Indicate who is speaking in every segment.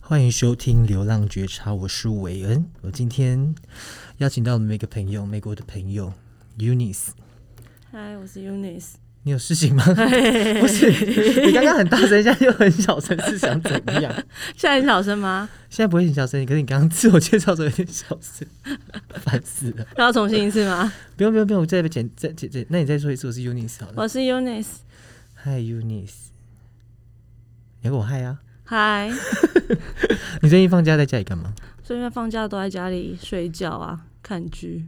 Speaker 1: 欢迎收听《流浪觉察》，我是韦恩。我今天邀请到了美个朋友，美国的朋友 Eunice。
Speaker 2: 嗨，我是 Unis。
Speaker 1: 你有事情吗？不是，你刚刚很大声，现在又很小声，是想怎样？
Speaker 2: 现在很小声吗？
Speaker 1: 现在不会很小声，可是你刚刚自我介绍的时候有点小声，烦死了。
Speaker 2: 那要重新一次吗？
Speaker 1: 不用不用不用，我再简再简简，那你再说一次，我是 Eunice 好了。
Speaker 2: 我是 Unis。
Speaker 1: 嗨 Eunice，你要跟我嗨啊？
Speaker 2: 嗨，
Speaker 1: 你最近放假在家里干嘛？
Speaker 2: 最近放假都在家里睡觉啊，看剧。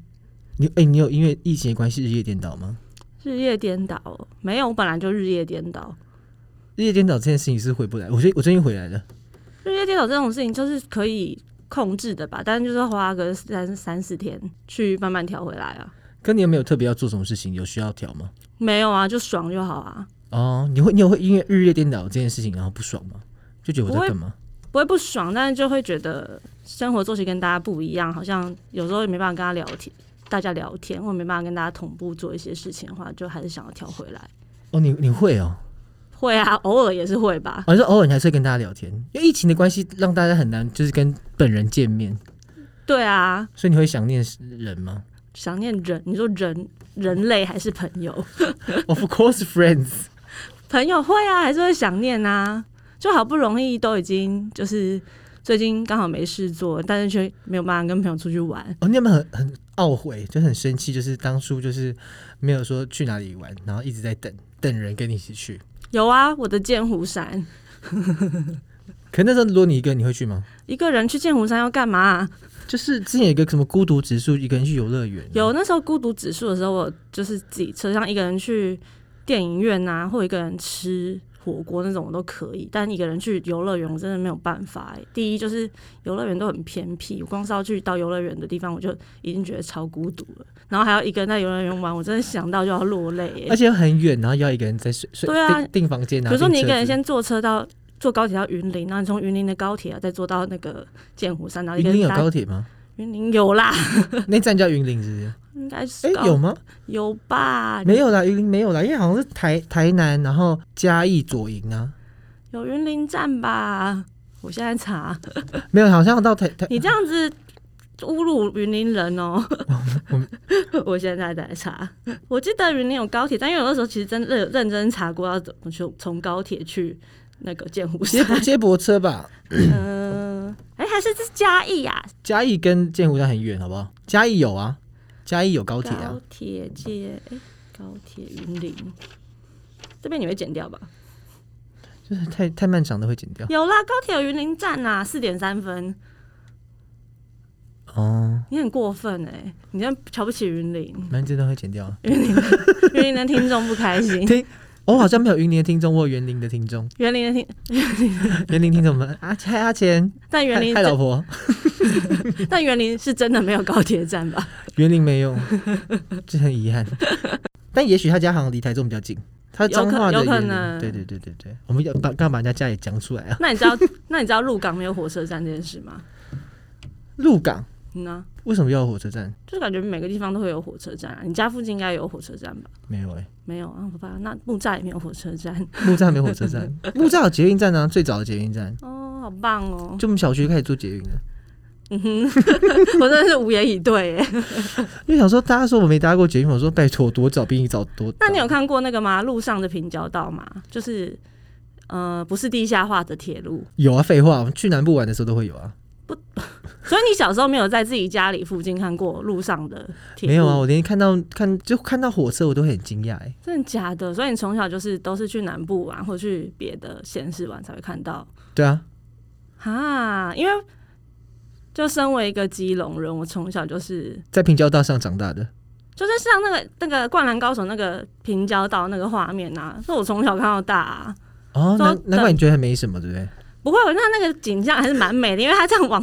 Speaker 1: 你哎、你有因为疫情的关系日夜颠倒吗？
Speaker 2: 日夜颠倒哦，没有，我本来就日夜颠倒。
Speaker 1: 日夜颠倒这件事情是回不来，我最我最近回来了。
Speaker 2: 日夜颠倒这种事情就是可以控制的吧，但是就是花个三三四天去慢慢调回来啊。
Speaker 1: 跟你有没有特别要做什么事情？有需要调吗？
Speaker 2: 没有啊，就爽就好啊，
Speaker 1: 哦，你会你有会因为日夜颠倒这件事情然后不爽吗？就觉得我
Speaker 2: 不
Speaker 1: 在
Speaker 2: 会
Speaker 1: 干嘛？
Speaker 2: 不会不爽，但是就会觉得生活作息跟大家不一样，好像有时候也没办法跟他聊天，大家聊天，或没办法跟大家同步做一些事情的话，就还是想要调回来。
Speaker 1: 哦，你你会哦，
Speaker 2: 会 啊，偶尔也是会吧。
Speaker 1: 好像偶尔你还是会跟大家聊天，因为疫情的关系，让大家很难就是跟本人见面，
Speaker 2: 对啊，
Speaker 1: 所以你会想念人 吗
Speaker 2: 想念人，你说人人类还是朋 友？
Speaker 1: ？Of course, friends。
Speaker 2: 朋友会啊，还是会想念啊。就好不容易都已经就是最近刚好没事做，但是却没有办法跟朋友出去玩。
Speaker 1: 哦，你有没有很很懊悔，就很生气，就是当初就是没有说去哪里玩，然后一直在等等人跟你一起去。
Speaker 2: 有啊，我的剑湖山，
Speaker 1: 可那时候如果你一个人，你会去吗？
Speaker 2: 一个人去剑湖山要干嘛啊、
Speaker 1: 就是之前有一个什么孤独指数，一个人去游乐园，
Speaker 2: 有那时候孤独指数的时候，我就是自己车上一个人去电影院啊，或一个人吃火锅那种我都可以，但一个人去游乐园我真的没有办法、欸。第一就是游乐园都很偏僻，我光是要去到游乐园的地方，我就已经觉得超孤独了。然后还要一个人在游乐园玩，我真的想到就要落泪、
Speaker 1: 而
Speaker 2: 欸。
Speaker 1: 且又很远，然后要一个人在睡睡
Speaker 2: 对啊
Speaker 1: 订订房间，
Speaker 2: 比
Speaker 1: 然
Speaker 2: 如
Speaker 1: 后
Speaker 2: 说你一
Speaker 1: 订
Speaker 2: 个人
Speaker 1: 车子
Speaker 2: 先坐车到坐高铁到云林，然后你从云林的高铁啊再坐到那个剑湖山，然后一个
Speaker 1: 云林
Speaker 2: 人
Speaker 1: 有
Speaker 2: 搭
Speaker 1: 高铁 吗？
Speaker 2: 云林有啦，
Speaker 1: 那站叫云林是不是？
Speaker 2: 应该是
Speaker 1: 哎、
Speaker 2: 高
Speaker 1: 有吗？
Speaker 2: 有吧？
Speaker 1: 没有啦，云林没有啦，因为好像是台台南，然后嘉义左营啊，
Speaker 2: 有云林站吧？我现在查，
Speaker 1: 没有，好像到台台
Speaker 2: 你这样子侮辱云林 人哦
Speaker 1: 我！
Speaker 2: 我现在在查，我记得云林有高铁，但因为我那时候其实真的有认真查过要怎么去从高铁去那个剑湖
Speaker 1: 接
Speaker 2: 山。
Speaker 1: 驳 接驳车吧。
Speaker 2: 嗯，哎、还是这是嘉义啊，
Speaker 1: 嘉义跟剑湖山很远，好不好？嘉义有啊，嘉义有高铁啊
Speaker 2: 高。铁界，哎、高铁云林。这边你会剪掉吧？
Speaker 1: 就是太太漫长的会剪 掉。
Speaker 2: 有啦，高铁有云林站啦、啊，四点三分。嗯
Speaker 1: 哦，
Speaker 2: 你很过分哎、你这样瞧不起云林，
Speaker 1: 蛮真的会剪掉啊。
Speaker 2: 云林的听众不开心。
Speaker 1: 我、好像没有云林的听众，我有园林的听众，
Speaker 2: 园林的听，
Speaker 1: 园林听众们啊，嗨阿钱，
Speaker 2: 但园
Speaker 1: 嗨
Speaker 2: 林
Speaker 1: 嗨老
Speaker 2: 真，
Speaker 1: 婆，
Speaker 2: 但园林是真的没有高铁站吧？
Speaker 1: 园林没有，这很遗憾。 但也许他家好像离台中比较近，他
Speaker 2: 有可
Speaker 1: 彰化的
Speaker 2: 有可
Speaker 1: 园林
Speaker 2: 能
Speaker 1: 对对对对对，我们要把刚把人家家也讲出来啊。
Speaker 2: 那你知道，那你知道鹿港没有火车站这件事吗？
Speaker 1: 鹿港
Speaker 2: 嗯呢、
Speaker 1: 为什么要有火车站？
Speaker 2: 就是感觉每个地方都会有火车站啊。你家附近应该有火车站吧？
Speaker 1: 没有哎、
Speaker 2: 没有啊，好吧，那木栅也没有火车站
Speaker 1: 木栅没有火车站，木栅有捷运站啊，最早的捷运站，
Speaker 2: 哦，好棒哦！
Speaker 1: 就我们小学开始做捷运的。
Speaker 2: 嗯哼，我真的是无言以对耶。
Speaker 1: 因为想说大家说我没搭过捷运，我说拜托，多早比你早多早。
Speaker 2: 那你有看过那个吗？路上的平交道吗？就是呃，不是地下化的铁路，
Speaker 1: 有啊？废话，我们去南部玩的时候都会有啊。
Speaker 2: 所以你小时候没有在自己家里附近看过路上的铁路？
Speaker 1: 没有啊，我连看到看就看到火车我都会很惊讶哎。
Speaker 2: 真的假的？所以你从小就是都是去南部玩，或去别的县市玩才会看到
Speaker 1: 对啊，
Speaker 2: 哈，因为就身为一个基隆人，我从小就是
Speaker 1: 在平交道上长大的，
Speaker 2: 就是像那个那个《灌篮高手》那个平交道那个画面啊，是我从小看到大、啊。
Speaker 1: 哦，
Speaker 2: 都
Speaker 1: 难
Speaker 2: 等
Speaker 1: 难怪你觉得没什么，对不对？
Speaker 2: 不会，那那个景象还是蛮美的，因为它这样往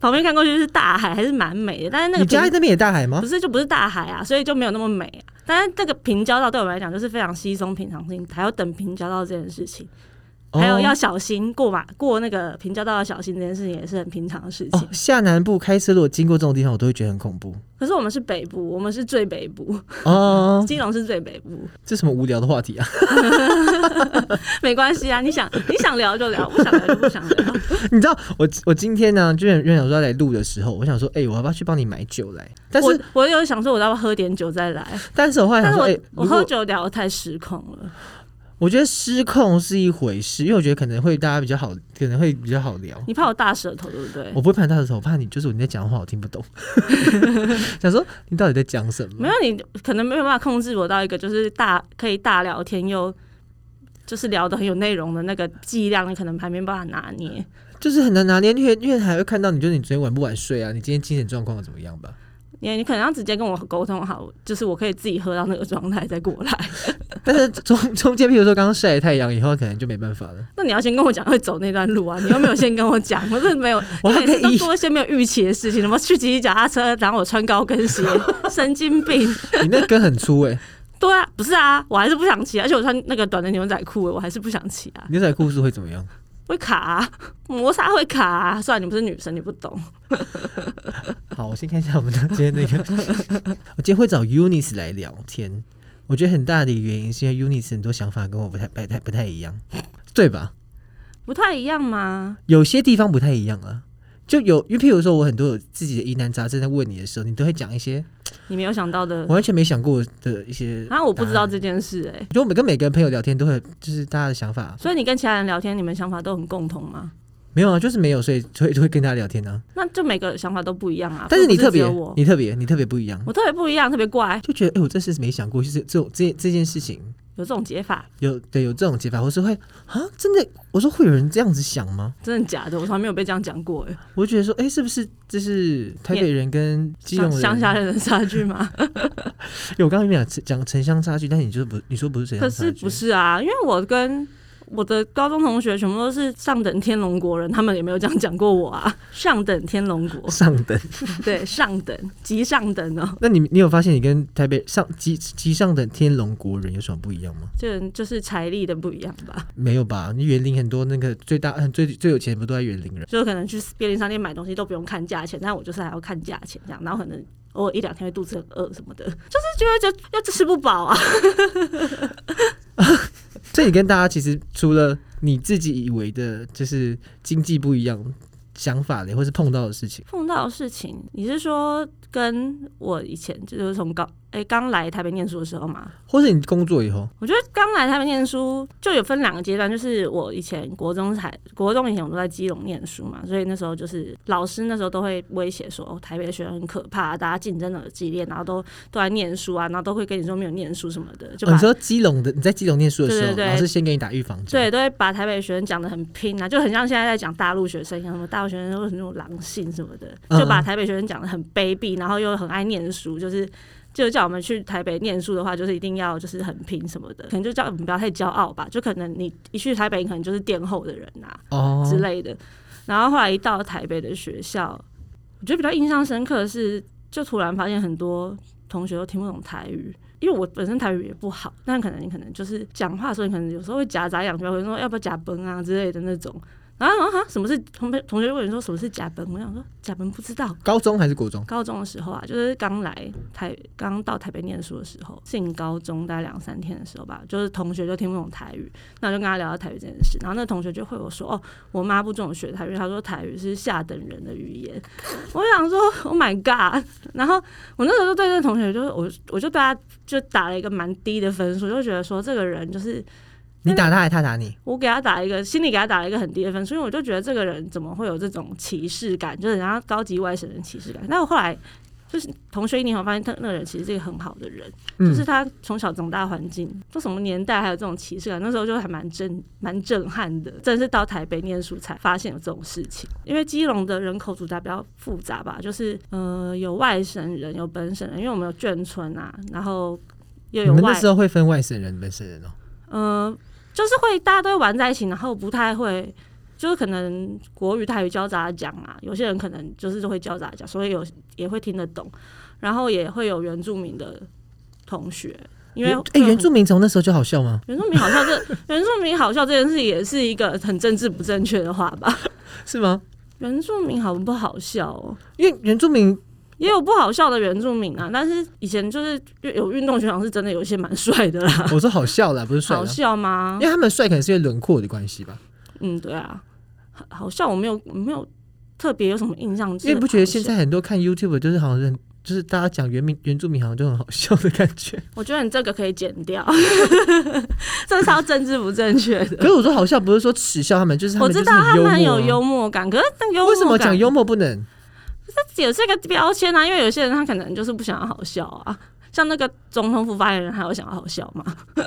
Speaker 2: 旁边看过去是大海，还是蛮美的。但是那个
Speaker 1: 你家
Speaker 2: 平
Speaker 1: 那边也大海吗
Speaker 2: 不？是就不是大海啊，所以就没有那么美啊。但是那个平交道对我来讲就是非常稀松平常心，还要等平交道这件事情。还有
Speaker 1: 哦
Speaker 2: 要小心过马过那个平交道要小心这件事情也是很平常的事情。
Speaker 1: 哦，下南部开车如果经过这种地方，我都会觉得很恐 怖
Speaker 2: 可是我们是北部，我们是最北部，
Speaker 1: 哦。
Speaker 2: 金融是最北部，
Speaker 1: 这什么无聊的话题啊？
Speaker 2: 没关系啊，你想你想聊就聊，不想聊就不想聊。
Speaker 1: 你知道我我今天呢，就很想说来录的时候，我想说，哎、我要不要去帮你买酒来？ 但
Speaker 2: 我
Speaker 1: 是
Speaker 2: 我有想说我要不要喝点酒再来，
Speaker 1: 但是我后来
Speaker 2: 但
Speaker 1: 想说，
Speaker 2: 是我、
Speaker 1: 哎、
Speaker 2: 我
Speaker 1: 如
Speaker 2: 喝
Speaker 1: 果
Speaker 2: 酒聊得太失控了。
Speaker 1: 我觉得失控是一回事，因为我觉得可能会大家比较好，可能会比较好聊。
Speaker 2: 你怕我大舌头对不对
Speaker 1: 我？不会判断的时候，我怕你就是你在讲话我听不懂， 想说你到底在讲什么？
Speaker 2: 没有你可能没有办法控制我到一个就是大可以大聊天又。就是聊得很有内容的那个剂量，你可能还没办法拿捏。
Speaker 1: 就是很难拿捏，因为因为还会看到你，就是你昨天晚不晚睡啊，你今天精神状况怎么样吧？
Speaker 2: 你你可能要直接跟我沟通好，就是我可以自己喝到那个状态再过来。
Speaker 1: 但是中中间，譬如说刚刚晒太阳以后，可能就没办法了。
Speaker 2: 那你要先跟我讲会走那段路啊，你又没有先跟我讲，我真的没有，
Speaker 1: 我还
Speaker 2: 每次
Speaker 1: 可
Speaker 2: 都
Speaker 1: 以
Speaker 2: 做一些没有预期的事情，什么去骑脚踏车，然后我穿高跟鞋，神经病。
Speaker 1: 你那根很粗哎、
Speaker 2: 对啊，不是啊，我还是不想骑，而且我穿那个短的牛仔裤，我还是不想骑啊，
Speaker 1: 牛仔裤是会怎么样？
Speaker 2: 会卡、啊，磨砂会卡、啊。算了，你不是女生，你不懂。
Speaker 1: 好，我先看一下我们的今天那个， 我今天会找 Unis 来聊天。我觉得很大的一个原因是因为 Unis 很多想法跟我不太、不太、不太一样，对吧？
Speaker 2: 不太一样吗？
Speaker 1: 有些地方不太一样啊。就有，因为譬如说，我很多有自己的疑难杂症在问你的时候，你都会讲一些
Speaker 2: 你没有想到的
Speaker 1: 我完全没想过的一些。
Speaker 2: 啊，我不知道这件事哎、
Speaker 1: 就我们跟每个人朋友聊天，都会就是大家的想法
Speaker 2: 所以你跟其他人聊天，你们想法都很共同吗？
Speaker 1: 没有啊，就是没有，所以就会就会跟大家聊天啊。
Speaker 2: 那就每个想法都不一样啊。
Speaker 1: 但是你
Speaker 2: 不只
Speaker 1: 特别
Speaker 2: 有我，
Speaker 1: 你特别，你特别不一样，
Speaker 2: 我特别不一样，特别怪，
Speaker 1: 就觉得哎、我这事没想过，就是这种这这件事情
Speaker 2: 有这种解法，
Speaker 1: 有对有这种解法，或是会啊，真的，我说会有人这样子想吗？
Speaker 2: 真的假的？我从来没有被这样讲过哎、
Speaker 1: 我就觉得说，哎、是不是这是台北人跟基隆
Speaker 2: 乡
Speaker 1: 人啊
Speaker 2: 乡下人的差 距吗？
Speaker 1: 因为我刚刚没讲讲城乡差距，但你就是不你说不是城乡
Speaker 2: 可
Speaker 1: 差
Speaker 2: 是
Speaker 1: 距，，
Speaker 2: 不是啊？因为我跟我的高中同学全部都是上等天龙国人，他们也没有这样讲过我啊。 上等天龙国
Speaker 1: 上等。
Speaker 2: 对，上等，极上等哦。
Speaker 1: 那你你有发现你跟台北上极极上的天龙国人有什么不一样吗？
Speaker 2: 这人就是财力的不一样吧？
Speaker 1: 没有吧？你园林很多那个最大很最最有钱不都在园林人？
Speaker 2: 就可能去便利商店买东西都不用看价钱，但我就是还要看价钱这样，然后可能。偶尔一两天会肚子很饿什么的，就是觉得就要吃不饱啊。
Speaker 1: 所以你跟大家其实除了你自己以为的，就是经济不一样。想法嘞，或是碰到的事情，
Speaker 2: 碰到的事情，你是说跟我以前就是从高哎刚、来台北念书的时候嘛，
Speaker 1: 或是你工作以后，
Speaker 2: 我觉得刚来台北念书就有分两个阶段，就是我以前国中才国中以前我都在基隆念书嘛，所以那时候就是老师那时候都会威胁说，哦，台北的学生很可怕，啊大家竞争很激烈，然后都都来念书啊，然后都会跟你说没有念书什么的，就
Speaker 1: 哦
Speaker 2: 把、
Speaker 1: 你说基隆的，你在基隆念书的时候，
Speaker 2: 对对对
Speaker 1: 老师先给你打预防针，
Speaker 2: 对都会把台北的学生讲的很拼啊，就很像现在在讲大陆学生一样，什么大陆学生都是那种狼性什么的，
Speaker 1: 嗯
Speaker 2: 就把台北学生讲的很卑鄙，然后又很爱念书，就是。就叫我们去台北念书的话，就是一定要就是很拼什么的，可能就叫我们不要太骄傲吧。就可能你一去台北，你可能就是殿后的人啊
Speaker 1: 哦，
Speaker 2: 之类的。然后后来一到台北的学校，我觉得比较印象深刻的是，就突然发现很多同学都听不懂台语。因为我本身台语也不好，但可能你可能就是讲话的时候，你可能有时候会夹杂两句话，会说要不要夹崩啊之类的那种。然后哈，什么是同同学问你说什么是夹崩？我想说夹崩不知道，
Speaker 1: 高中还是国中？
Speaker 2: 高中的时候啊，就是刚来台，刚到台北念书的时候，进高中大概两三天的时候吧，就是同学就听不懂台语，那我就跟他聊到台语这件事，然后那个同学就会我说，哦，我妈不准我学台语，她说台语是下等人的语言，我想说，Oh my god！然后我那时候就对那个同学就是我我就对他就打了一个蛮低的分数，就觉得说这个人就是
Speaker 1: 你打他还是他打你？
Speaker 2: 我给他打一个心里给他打了一个很低的分数，因为我就觉得这个人怎么会有这种歧视感，就是人家高级外省人歧视感。但我后来就是同学一年后发现，他那个人其实是一个很好的人，就
Speaker 1: 嗯
Speaker 2: 是，他从小长大环境，都什么年代还有这种歧视感，那时候就还蛮震蛮震撼的。真的是到台北念书才发现有这种事情，因为基隆的人口组杂比较复杂吧，就是呃有外省人，有本省人，因为我们有眷村啊，然后又
Speaker 1: 你
Speaker 2: 有
Speaker 1: 们
Speaker 2: 外
Speaker 1: 那时候会分外省人、本省人哦。
Speaker 2: 呃，就是会大家都会玩在一起，然后不太会，就是可能国语、泰语交杂讲啊，有些人可能就是会交杂讲，所以有也会听得懂，然后也会有原住民的同学，因为
Speaker 1: 哎、
Speaker 2: 会有
Speaker 1: 原
Speaker 2: 很
Speaker 1: 住民从那时候就好笑吗？
Speaker 2: 原住民好笑这 原住民好笑这件事也是一个很政治不正确的话吧？
Speaker 1: 是吗？
Speaker 2: 原住民好不好笑哦？
Speaker 1: 因为原住 民
Speaker 2: 也有不好笑的原住民啊，但是以前就是有运动学长是真的有一些蛮帅的啦，
Speaker 1: 我说好笑啦，不是帅
Speaker 2: 好
Speaker 1: 啦，
Speaker 2: 笑吗
Speaker 1: 因？为他们帅可能是因为轮廓的关系吧。
Speaker 2: 嗯，对啊，好好笑我没有我没有特别有什么印象，
Speaker 1: 因为你不觉得现
Speaker 2: 就是
Speaker 1: 在很多看 YouTube 就是好像是很就是大家讲原民原住民好像就很好笑的感 觉。
Speaker 2: 好笑我觉得你这个可以剪掉， 这是要政治不正确
Speaker 1: 可
Speaker 2: 的。
Speaker 1: 是我说好笑不是说耻笑他们，就是他
Speaker 2: 我
Speaker 1: 们就
Speaker 2: 知
Speaker 1: 是
Speaker 2: 道他
Speaker 1: 很幽默啊、
Speaker 2: 们有幽默感，可是那个幽默
Speaker 1: 为什么
Speaker 2: 感
Speaker 1: 讲幽默不能？
Speaker 2: 也是个标签啊，因为有些人他可能就是不想要好笑啊，像那个总统府发言人，他有想要好笑吗？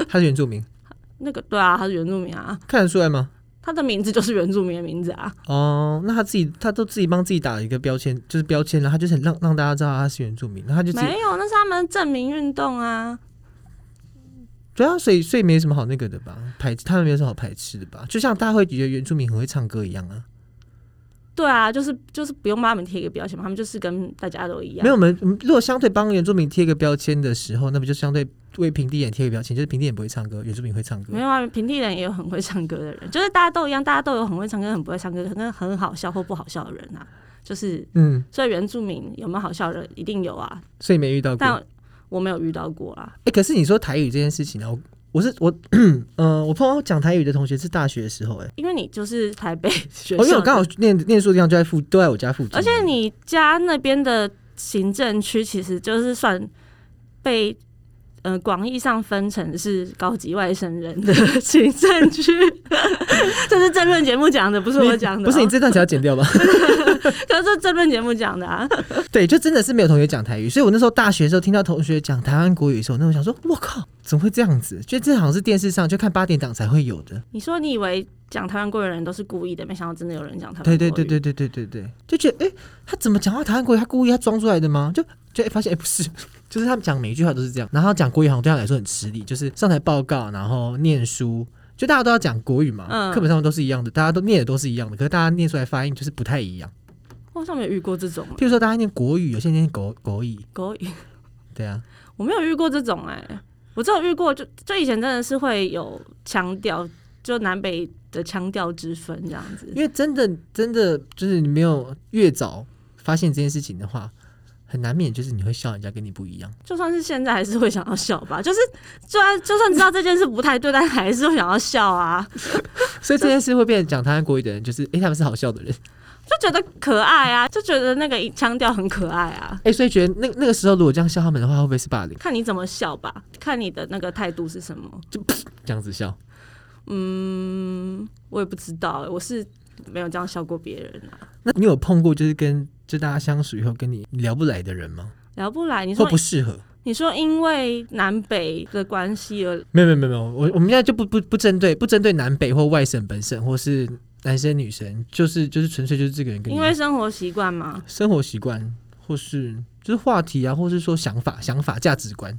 Speaker 1: 他是原住民，
Speaker 2: 那个对啊，他是原住民啊，
Speaker 1: 看得出来吗？
Speaker 2: 他的名字就是原住民的名字啊，
Speaker 1: 哦，那他自己他都自己帮自己打了一个标签，就是标签了，他就是很让让大家知道他是原住民，然后他就自己
Speaker 2: 没有，那是他们的证明运动啊。
Speaker 1: 对啊，所以所以没什么好那个的吧，排他们没有什么好排斥的吧，就像大家会觉得原住民很会唱歌一样啊。
Speaker 2: 对啊，就是就是不用帮他们贴一个标签嘛，他们就是跟大家都一样。啊
Speaker 1: 没有，我们我们如果相对帮原住民贴一个标签的时候，那不就相对为平地眼贴一个标签，就是平地眼不会唱歌，原住民会唱歌。
Speaker 2: 没有啊，平地人也有很会唱歌的人， 就是大家都一样，大家都有很会唱歌、很不会唱歌、跟很好笑或不好笑的人啊。就是
Speaker 1: 嗯，
Speaker 2: 所以原住民有没有好笑的人，一定有啊，
Speaker 1: 所以没遇到过。哎、
Speaker 2: 但我没有遇到过啊。
Speaker 1: 可是你说台语这件事情呢、我我是我，呃，我碰到讲台语的同学是大学的时候、哎、
Speaker 2: 因为你就是台北 学
Speaker 1: 哦，因为
Speaker 2: 校
Speaker 1: 我
Speaker 2: 的，
Speaker 1: 刚好念念书的地方就在附，都在我家附近。
Speaker 2: 而且哦你家那边的行政区其实就是算被呃广义上分成是高级外省人的行政区， 这是政论节目讲的，不是我讲的
Speaker 1: 不
Speaker 2: 哦、
Speaker 1: 是你这段只要剪掉吧？
Speaker 2: 可是这政论节目讲的啊，
Speaker 1: 对，就真的是没有同学讲台语，所以我那时候大学的时候听到同学讲台湾国语的时候，那我想说，我靠，怎么会这样子？就这好像是电视上就看八点档才会有的。
Speaker 2: 你说你以为讲台湾国语的人都是故意的，没想到真的有人讲台湾国
Speaker 1: 对
Speaker 2: 语。
Speaker 1: 对对对对对对对，就觉得哎、诶他怎么讲到台湾国语？他故意他装出来的吗？就就、诶发现哎、诶不是， 就是他们讲每一句话都是这样，然后讲国语好像对他来说很吃力，就是上台报告，然后念书。就大家都要讲国语嘛，
Speaker 2: 嗯
Speaker 1: 课本上都是一样的，大家都念的都是一样的，可是大家念出来发音就是不太一样。
Speaker 2: 我好像没有遇过这种啊
Speaker 1: 譬如说，大家念国语，有些人念国国语，
Speaker 2: 国语，
Speaker 1: 对啊，
Speaker 2: 我没有遇过这种哎、我只有遇过就就以前真的是会有腔调，就南北的腔调之分这样子。
Speaker 1: 因为真的真的就是你没有越早发现这件事情的话，很难免就是你会笑人家跟你不一样。
Speaker 2: 就算是现在还是会想要笑吧，就是就算就算知道这件事不太对，但还是会想要笑啊，
Speaker 1: 所以这件事会变成讲台湾国语的人，就是哎、诶他们是好笑的人。
Speaker 2: 就觉得可爱啊，就觉得那个腔调很可爱啊。
Speaker 1: 哎、所以觉得那那个时候如果这样笑他们的话，会不会是霸凌？
Speaker 2: 看你怎么笑吧，看你的那个态度是什么。
Speaker 1: 这样子笑，
Speaker 2: 嗯，我也不知道欸、我是没有这样笑过别人啊。
Speaker 1: 那你有碰过就是跟就大家相处以后跟你聊不来的人吗？
Speaker 2: 聊不来，你
Speaker 1: 或
Speaker 2: 说
Speaker 1: 不适合？
Speaker 2: 你说因为南北的关系而
Speaker 1: 没有没有没有没有，我我们现在就不不不针对不针对南北或外省本省或是男生女生，就是就是纯粹就是这个人跟你
Speaker 2: 因为生活习惯嘛，
Speaker 1: 生活习惯或是就是话题啊，或是说想法想法价值观。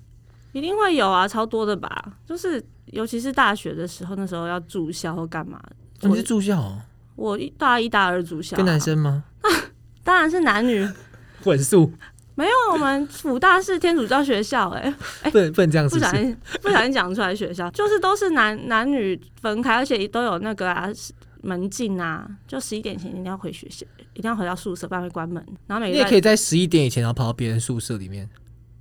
Speaker 2: 一定会有啊，超多的吧。就是尤其是大学的时候，那时候要住校或干嘛。
Speaker 1: 你
Speaker 2: 我
Speaker 1: 是住校、哦，
Speaker 2: 我一大一大二住校啊、
Speaker 1: 跟男生吗？
Speaker 2: 当然是男女，
Speaker 1: 混宿，
Speaker 2: 没有我们辅大是天主教学校、哎，
Speaker 1: 不能不能这样，
Speaker 2: 不
Speaker 1: 是不
Speaker 2: 小
Speaker 1: 是？
Speaker 2: 心不小心讲出来学校， 就是都是男男女分开，而且都有那个啊门禁啊，就十一点前一定要回学校，一定要回到宿舍，不然会关门。然后每
Speaker 1: 你
Speaker 2: 个
Speaker 1: 也
Speaker 2: 礼
Speaker 1: 可
Speaker 2: 拜，
Speaker 1: 以在十一点以前，然后跑到别人宿舍里面，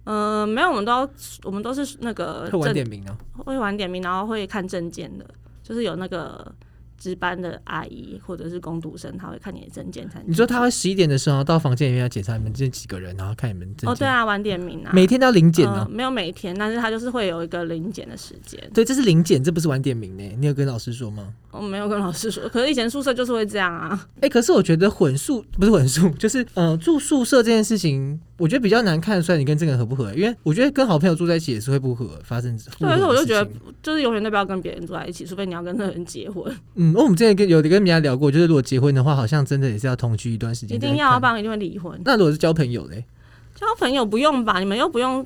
Speaker 2: 嗯、没有，我们都要我们都是那个
Speaker 1: 会晚
Speaker 2: 证
Speaker 1: 点名哦。
Speaker 2: 会晚点名，然后会看证件的，就是有那个值班的阿姨或者是工读生，他会看你的证件才能进去。
Speaker 1: 你说他会十一点的时候到房间里面要检查你们这几个人，然后看你们证
Speaker 2: 哦，对
Speaker 1: 件。
Speaker 2: 啊，晚点名啊，
Speaker 1: 每天都要零检
Speaker 2: 呃
Speaker 1: 呢。
Speaker 2: 没有每天，但是他就是会有一个零检的时间。
Speaker 1: 对，这是零检，这不是晚点名呢。你有跟老师说吗？
Speaker 2: 我没有跟老师说，可是以前宿舍就是会这样啊。
Speaker 1: 哎、可是我觉得混宿不是混宿， 就是呃住宿舍这件事情，我觉得比较难看得出来你跟这个人合不合，因为我觉得跟好朋友住在一起也是会不合，发生互
Speaker 2: 对，
Speaker 1: 合
Speaker 2: 所以我
Speaker 1: 的
Speaker 2: 就
Speaker 1: 事
Speaker 2: 觉得
Speaker 1: 情，
Speaker 2: 就是永远都不要跟别人住在一起，除非你要跟那个人结婚，
Speaker 1: 嗯，因为我们之前跟有的跟人家聊过，就是如果结婚的话，好像真的也是要同居一段时间，
Speaker 2: 一定要啊，不。然一定会离婚。
Speaker 1: 那如果是交朋友嘞，
Speaker 2: 交朋友不用吧，你们又不用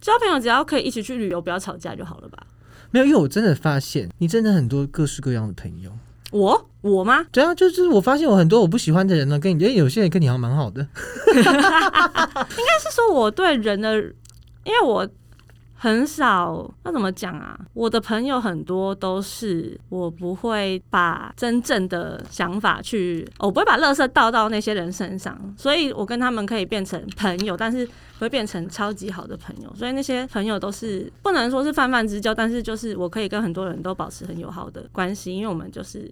Speaker 2: 交朋友，只要可以一起去旅游，不要吵架就好了吧？
Speaker 1: 没有，因为我真的发现你真的很多各式各样的朋友。
Speaker 2: 我我吗？
Speaker 1: 对啊，就是我发现我很多我不喜欢的人呢，跟你，因为有些人跟你好像蛮好的，
Speaker 2: 是说我对人的，因为我很少，那怎么讲啊？我的朋友很多都是我不会把真正的想法去，哦我不会把垃圾倒到那些人身上，所以我跟他们可以变成朋友，但是不会变成超级好的朋友。所以那些朋友都是不能说是泛泛之交，但是就是我可以跟很多人都保持很友好的关系，因为我们就是。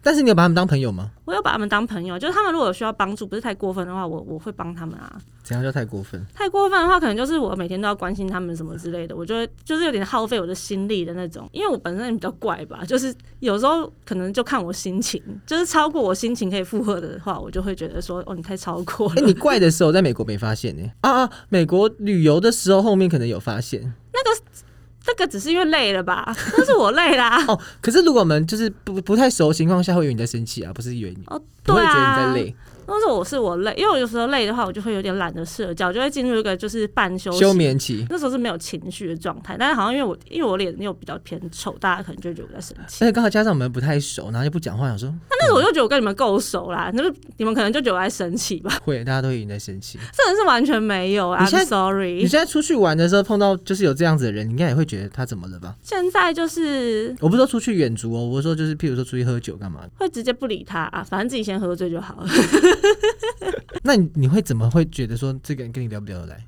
Speaker 1: 但是你有把他们当朋友吗？
Speaker 2: 我有把他们当朋友，就是他们如果有需要帮助，不是太过分的话，我我会帮他们啊。
Speaker 1: 怎样叫太过分？
Speaker 2: 太过分的话，可能就是我每天都要关心他们什么之类的，我就会就是有点耗费我的心力的那种。因为我本身也比较怪吧，就是有时候可能就看我心情，就是超过我心情可以负荷的话，我就会觉得说，哦，你太超过
Speaker 1: 哎、
Speaker 2: 了。
Speaker 1: 你怪的时候在美国没发现呢、啊啊！美国旅游的时候后面可能有发现
Speaker 2: 这个只是因为累了吧？但是我 累啦。
Speaker 1: 哦。可是如果我们就是不不太熟的情况下，会以为你在生气啊，不是以为你
Speaker 2: 哦，
Speaker 1: 不会
Speaker 2: 对
Speaker 1: 觉得你
Speaker 2: 啊，
Speaker 1: 在累。
Speaker 2: 但是我是我累，因为我有时候累的话，我就会有点懒得社交，就会进入一个就是半休息
Speaker 1: 休眠期。
Speaker 2: 那时候是没有情绪的状态，但是好像因为我因为我脸又比较偏丑，大家可能就会觉得我在生气。
Speaker 1: 而且刚好加上我们不太熟，然后就不讲话，想说
Speaker 2: 但是我就觉得我跟你们够熟
Speaker 1: 嗯
Speaker 2: 啦，那就你们可能就觉得我在生气吧，
Speaker 1: 会，大家都以为你在生气。
Speaker 2: 真的是完全没有啊
Speaker 1: 你现在
Speaker 2: ，I'm
Speaker 1: 你
Speaker 2: sorry。
Speaker 1: 现在出去玩的时候碰到就是有这样子的人，你应该也会觉得他怎么了吧？
Speaker 2: 现在就是
Speaker 1: 我不是说出去远足哦，我是说就是譬如说出去喝酒干嘛的？
Speaker 2: 会直接不理他啊，反正自己先喝醉就好了。
Speaker 1: 那你你会怎么会觉得说这个人跟你聊不聊得来？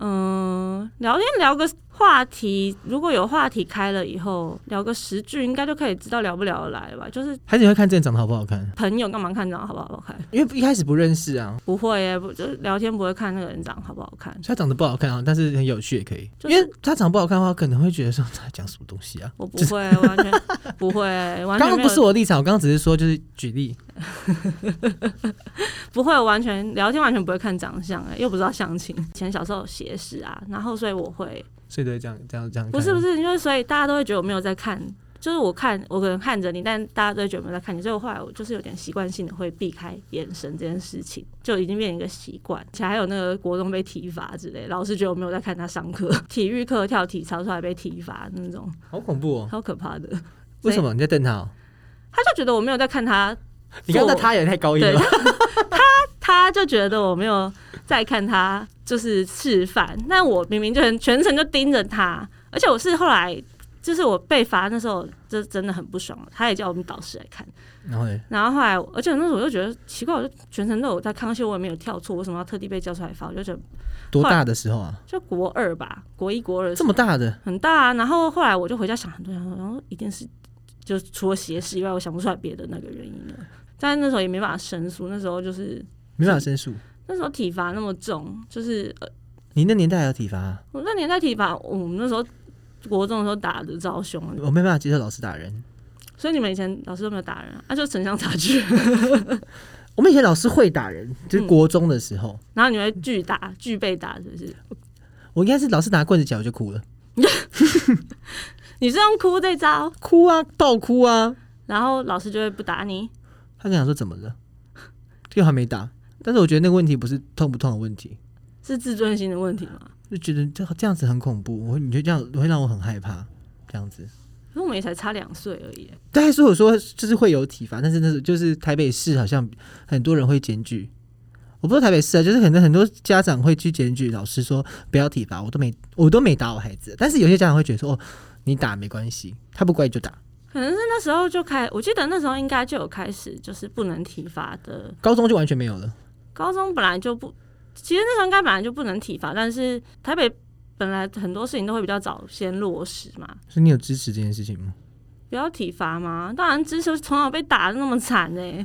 Speaker 2: 嗯，聊天聊个话题，如果有话题开了以后，聊个十句应该就可以知道聊不聊得来了吧？就是
Speaker 1: 还是你会看这人长得好不好看？
Speaker 2: 朋友干嘛看长得好不好看？
Speaker 1: 因为一开始不认识啊，
Speaker 2: 不会耶、不就是聊天不会看那个人长得好不好看。
Speaker 1: 所以他长得不好看啊，但是很有趣也可以。
Speaker 2: 就是
Speaker 1: 因为他长得不好看的话，可能会觉得说他讲什么东西啊。
Speaker 2: 我不会，完全不会，完
Speaker 1: 刚
Speaker 2: 全
Speaker 1: 刚
Speaker 2: 没
Speaker 1: 不是
Speaker 2: 有，
Speaker 1: 我的立场，我刚刚只是说就是举例。
Speaker 2: 不会，完全聊天完全不会看长相，哎，又不知道相亲。以前小时候有斜视啊，然后所以我会，
Speaker 1: 所以都会这样这样这样看。
Speaker 2: 不是不是，因为所以大家都会觉得我没有在看，就是我看我可能看着你，但大家都会觉得我没有在看你，所以我后来我就是有点习惯性的会避开眼神这件事情，就已经变成一个习惯。而且还有那个国中被体罚之类，老师觉得我没有在看他上课，体育课跳体操出来被体罚那种，
Speaker 1: 好恐怖哦！
Speaker 2: 超可怕的。
Speaker 1: 为什么你在瞪他、哦？
Speaker 2: 他就觉得我没有在看他
Speaker 1: 你刚刚那他也太高音了吧。
Speaker 2: 他就觉得我没有在看他，就是示范。那我明明就很全程就盯着他，而且我是后来就是我被罚那时候，就真的很不爽。他也叫我们导师来看，
Speaker 1: 然后呢？
Speaker 2: 然后后来，而且那时候我就觉得奇怪，我就全程都有在看，而且我也没有跳错，为什么要特地被叫出来罚？我就觉得
Speaker 1: 多大的时候啊？
Speaker 2: 就国二吧，国一国二
Speaker 1: 这么大的，
Speaker 2: 很大、啊。然后后来我就回家想很多，然后然后一定是就除了斜视以外，我想不出来别的那个原因了。但是那时候也没办法申诉，那时候就是
Speaker 1: 没办法申诉。
Speaker 2: 那时候体罚那么重，就是呃
Speaker 1: 你那年代还有体罚啊、
Speaker 2: 我那年代体罚，我们那时候国中的时候打的超凶的，
Speaker 1: 我没办法接受老师打人。
Speaker 2: 所以你们以前老师都没有打人啊，啊就城乡差距，
Speaker 1: 我们以前老师会打人，就是国中的时候，
Speaker 2: 然后你会巨打、巨被打，是不是？
Speaker 1: 我应该是老师拿棍子脚我就哭了，
Speaker 2: 你是用哭这招，
Speaker 1: 哭啊，爆哭啊。
Speaker 2: 然后老师就会不打你。
Speaker 1: 他跟我讲说怎么了，就还没打。但是我觉得那个问题不是痛不痛的问题，
Speaker 2: 是自尊心的问题吗？
Speaker 1: 就觉得这这样子很恐怖，我你就这样会让我很害怕，这样子。
Speaker 2: 可是我们也才差两岁而已，
Speaker 1: 对，所以我说就是会有体罚，但是那是就是台北市好像很多人会检举，我不知道台北市啊，就是很多很多家长会去检举老师说不要体罚，我都没我都没打我孩子，但是有些家长会觉得说哦，你打没关系，他不乖就打。
Speaker 2: 可能是那时候就开，我记得那时候应该就有开始就是不能体罚的，
Speaker 1: 高中就完全没有了，
Speaker 2: 高中本来就不，其实那时候应该本来就不能体罚，但是台北本来很多事情都会比较早先落实嘛，
Speaker 1: 所以你有支持这件事情吗？
Speaker 2: 不要体罚吗？当然，支持从小被打的那么惨呢、
Speaker 1: 因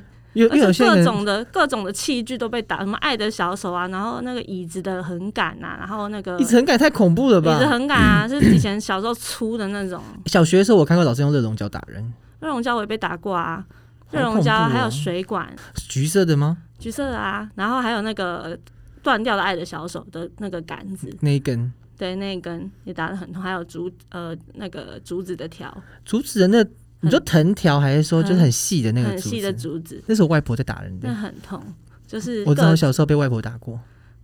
Speaker 1: 为因为有
Speaker 2: 而
Speaker 1: 些
Speaker 2: 且各
Speaker 1: 人
Speaker 2: 种的各种的器具都被打，什么爱的小手啊，然后那个椅子的横杆啊，然后那个
Speaker 1: 一
Speaker 2: 椅
Speaker 1: 直
Speaker 2: 子
Speaker 1: 很感太恐怖了吧？
Speaker 2: 横杆啊，是以前小时候粗的那种。
Speaker 1: 小学的时候我看过老师用热熔胶打人，
Speaker 2: 热熔胶我也被打过啊，
Speaker 1: 好
Speaker 2: 热熔胶
Speaker 1: 恐怖哦
Speaker 2: 还有水管，
Speaker 1: 橘色的吗？
Speaker 2: 橘色的啊，然后还有那个呃断掉的爱的小手的那个杆子，
Speaker 1: 那一根
Speaker 2: 对，那一根也打得很痛，还有竹呃那个竹子的条，
Speaker 1: 竹子的那，你说藤条还是说就是很细的那个
Speaker 2: 很
Speaker 1: 竹
Speaker 2: 细的
Speaker 1: 子？
Speaker 2: 竹子，
Speaker 1: 那是我外婆在打人的
Speaker 2: 那，很痛，就是
Speaker 1: 我知道
Speaker 2: 各
Speaker 1: 我小时候被外婆打过。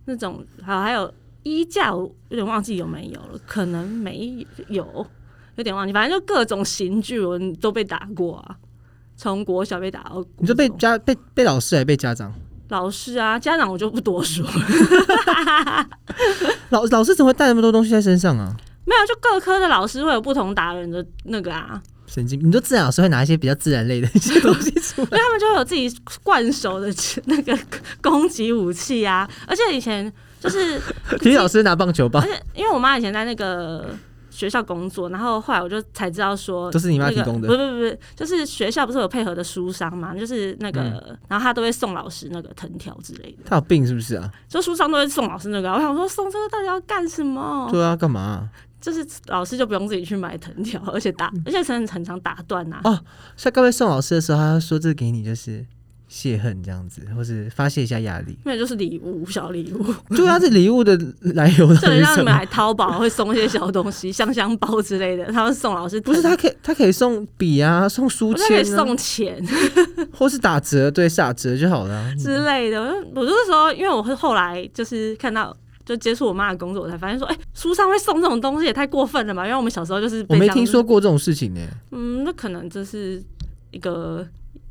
Speaker 2: 那种，好，还有衣架，我有点忘记有没有了，可能没有，有点忘记，反正就各种刑具我都被打过啊，从国小被打到国中，
Speaker 1: 你就被家被被老师还被家长，
Speaker 2: 老师啊，家长我就不多说了，
Speaker 1: 老老师怎么会带那么多东西在身上啊？
Speaker 2: 没有，就各科的老师会有不同达人的那个啊，
Speaker 1: 神经，你说自然老师会拿一些比较自然类的一些东西出
Speaker 2: 因
Speaker 1: 来，
Speaker 2: 为他们就会有自己惯手的那个攻击武器啊，而且以前就是
Speaker 1: 体育老师拿棒球棒
Speaker 2: 而，且因为我妈以前在那个学校工作，然后后来我就才知道说，
Speaker 1: 都是你妈
Speaker 2: 那个
Speaker 1: 提供的
Speaker 2: 不不不，就是学校不是有配合的书商嘛，就是那个，
Speaker 1: 嗯
Speaker 2: 然后他都会送老师那个藤条之类的，
Speaker 1: 他有病是不是啊？
Speaker 2: 就书商都会送老师那个啊。我想说送这个到底要干什么？
Speaker 1: 对啊，干嘛啊、
Speaker 2: 就是老师就不用自己去买藤条，而且打，而且很很常打断啊呐、
Speaker 1: 嗯哦像各位送老师的时候，他说这给你就是泄恨这样子，或是发泄一下压力。
Speaker 2: 那就是礼物，小礼 物，
Speaker 1: 对啊，这礼物的来由到底
Speaker 2: 就很
Speaker 1: 是
Speaker 2: 像
Speaker 1: 什
Speaker 2: 你
Speaker 1: 么？
Speaker 2: 们来淘宝会送一些小东西，香香包之类的，他们送老师
Speaker 1: 不是
Speaker 2: 藤
Speaker 1: 他可以，他可以送笔啊，送书
Speaker 2: 我就可以
Speaker 1: 签啊，
Speaker 2: 送钱，
Speaker 1: 或是打折，对，打折就好了啊、
Speaker 2: 之类的。我就我就是说，因为我是后来就是看到。就接触我妈的工作，我才发现说，哎、书上会送这种东西也太过分了吧？因为我们小时候就是
Speaker 1: 我
Speaker 2: 被
Speaker 1: 没
Speaker 2: 这样
Speaker 1: 听
Speaker 2: 子
Speaker 1: 说，过这种事情呢、
Speaker 2: 嗯，那可能这是一个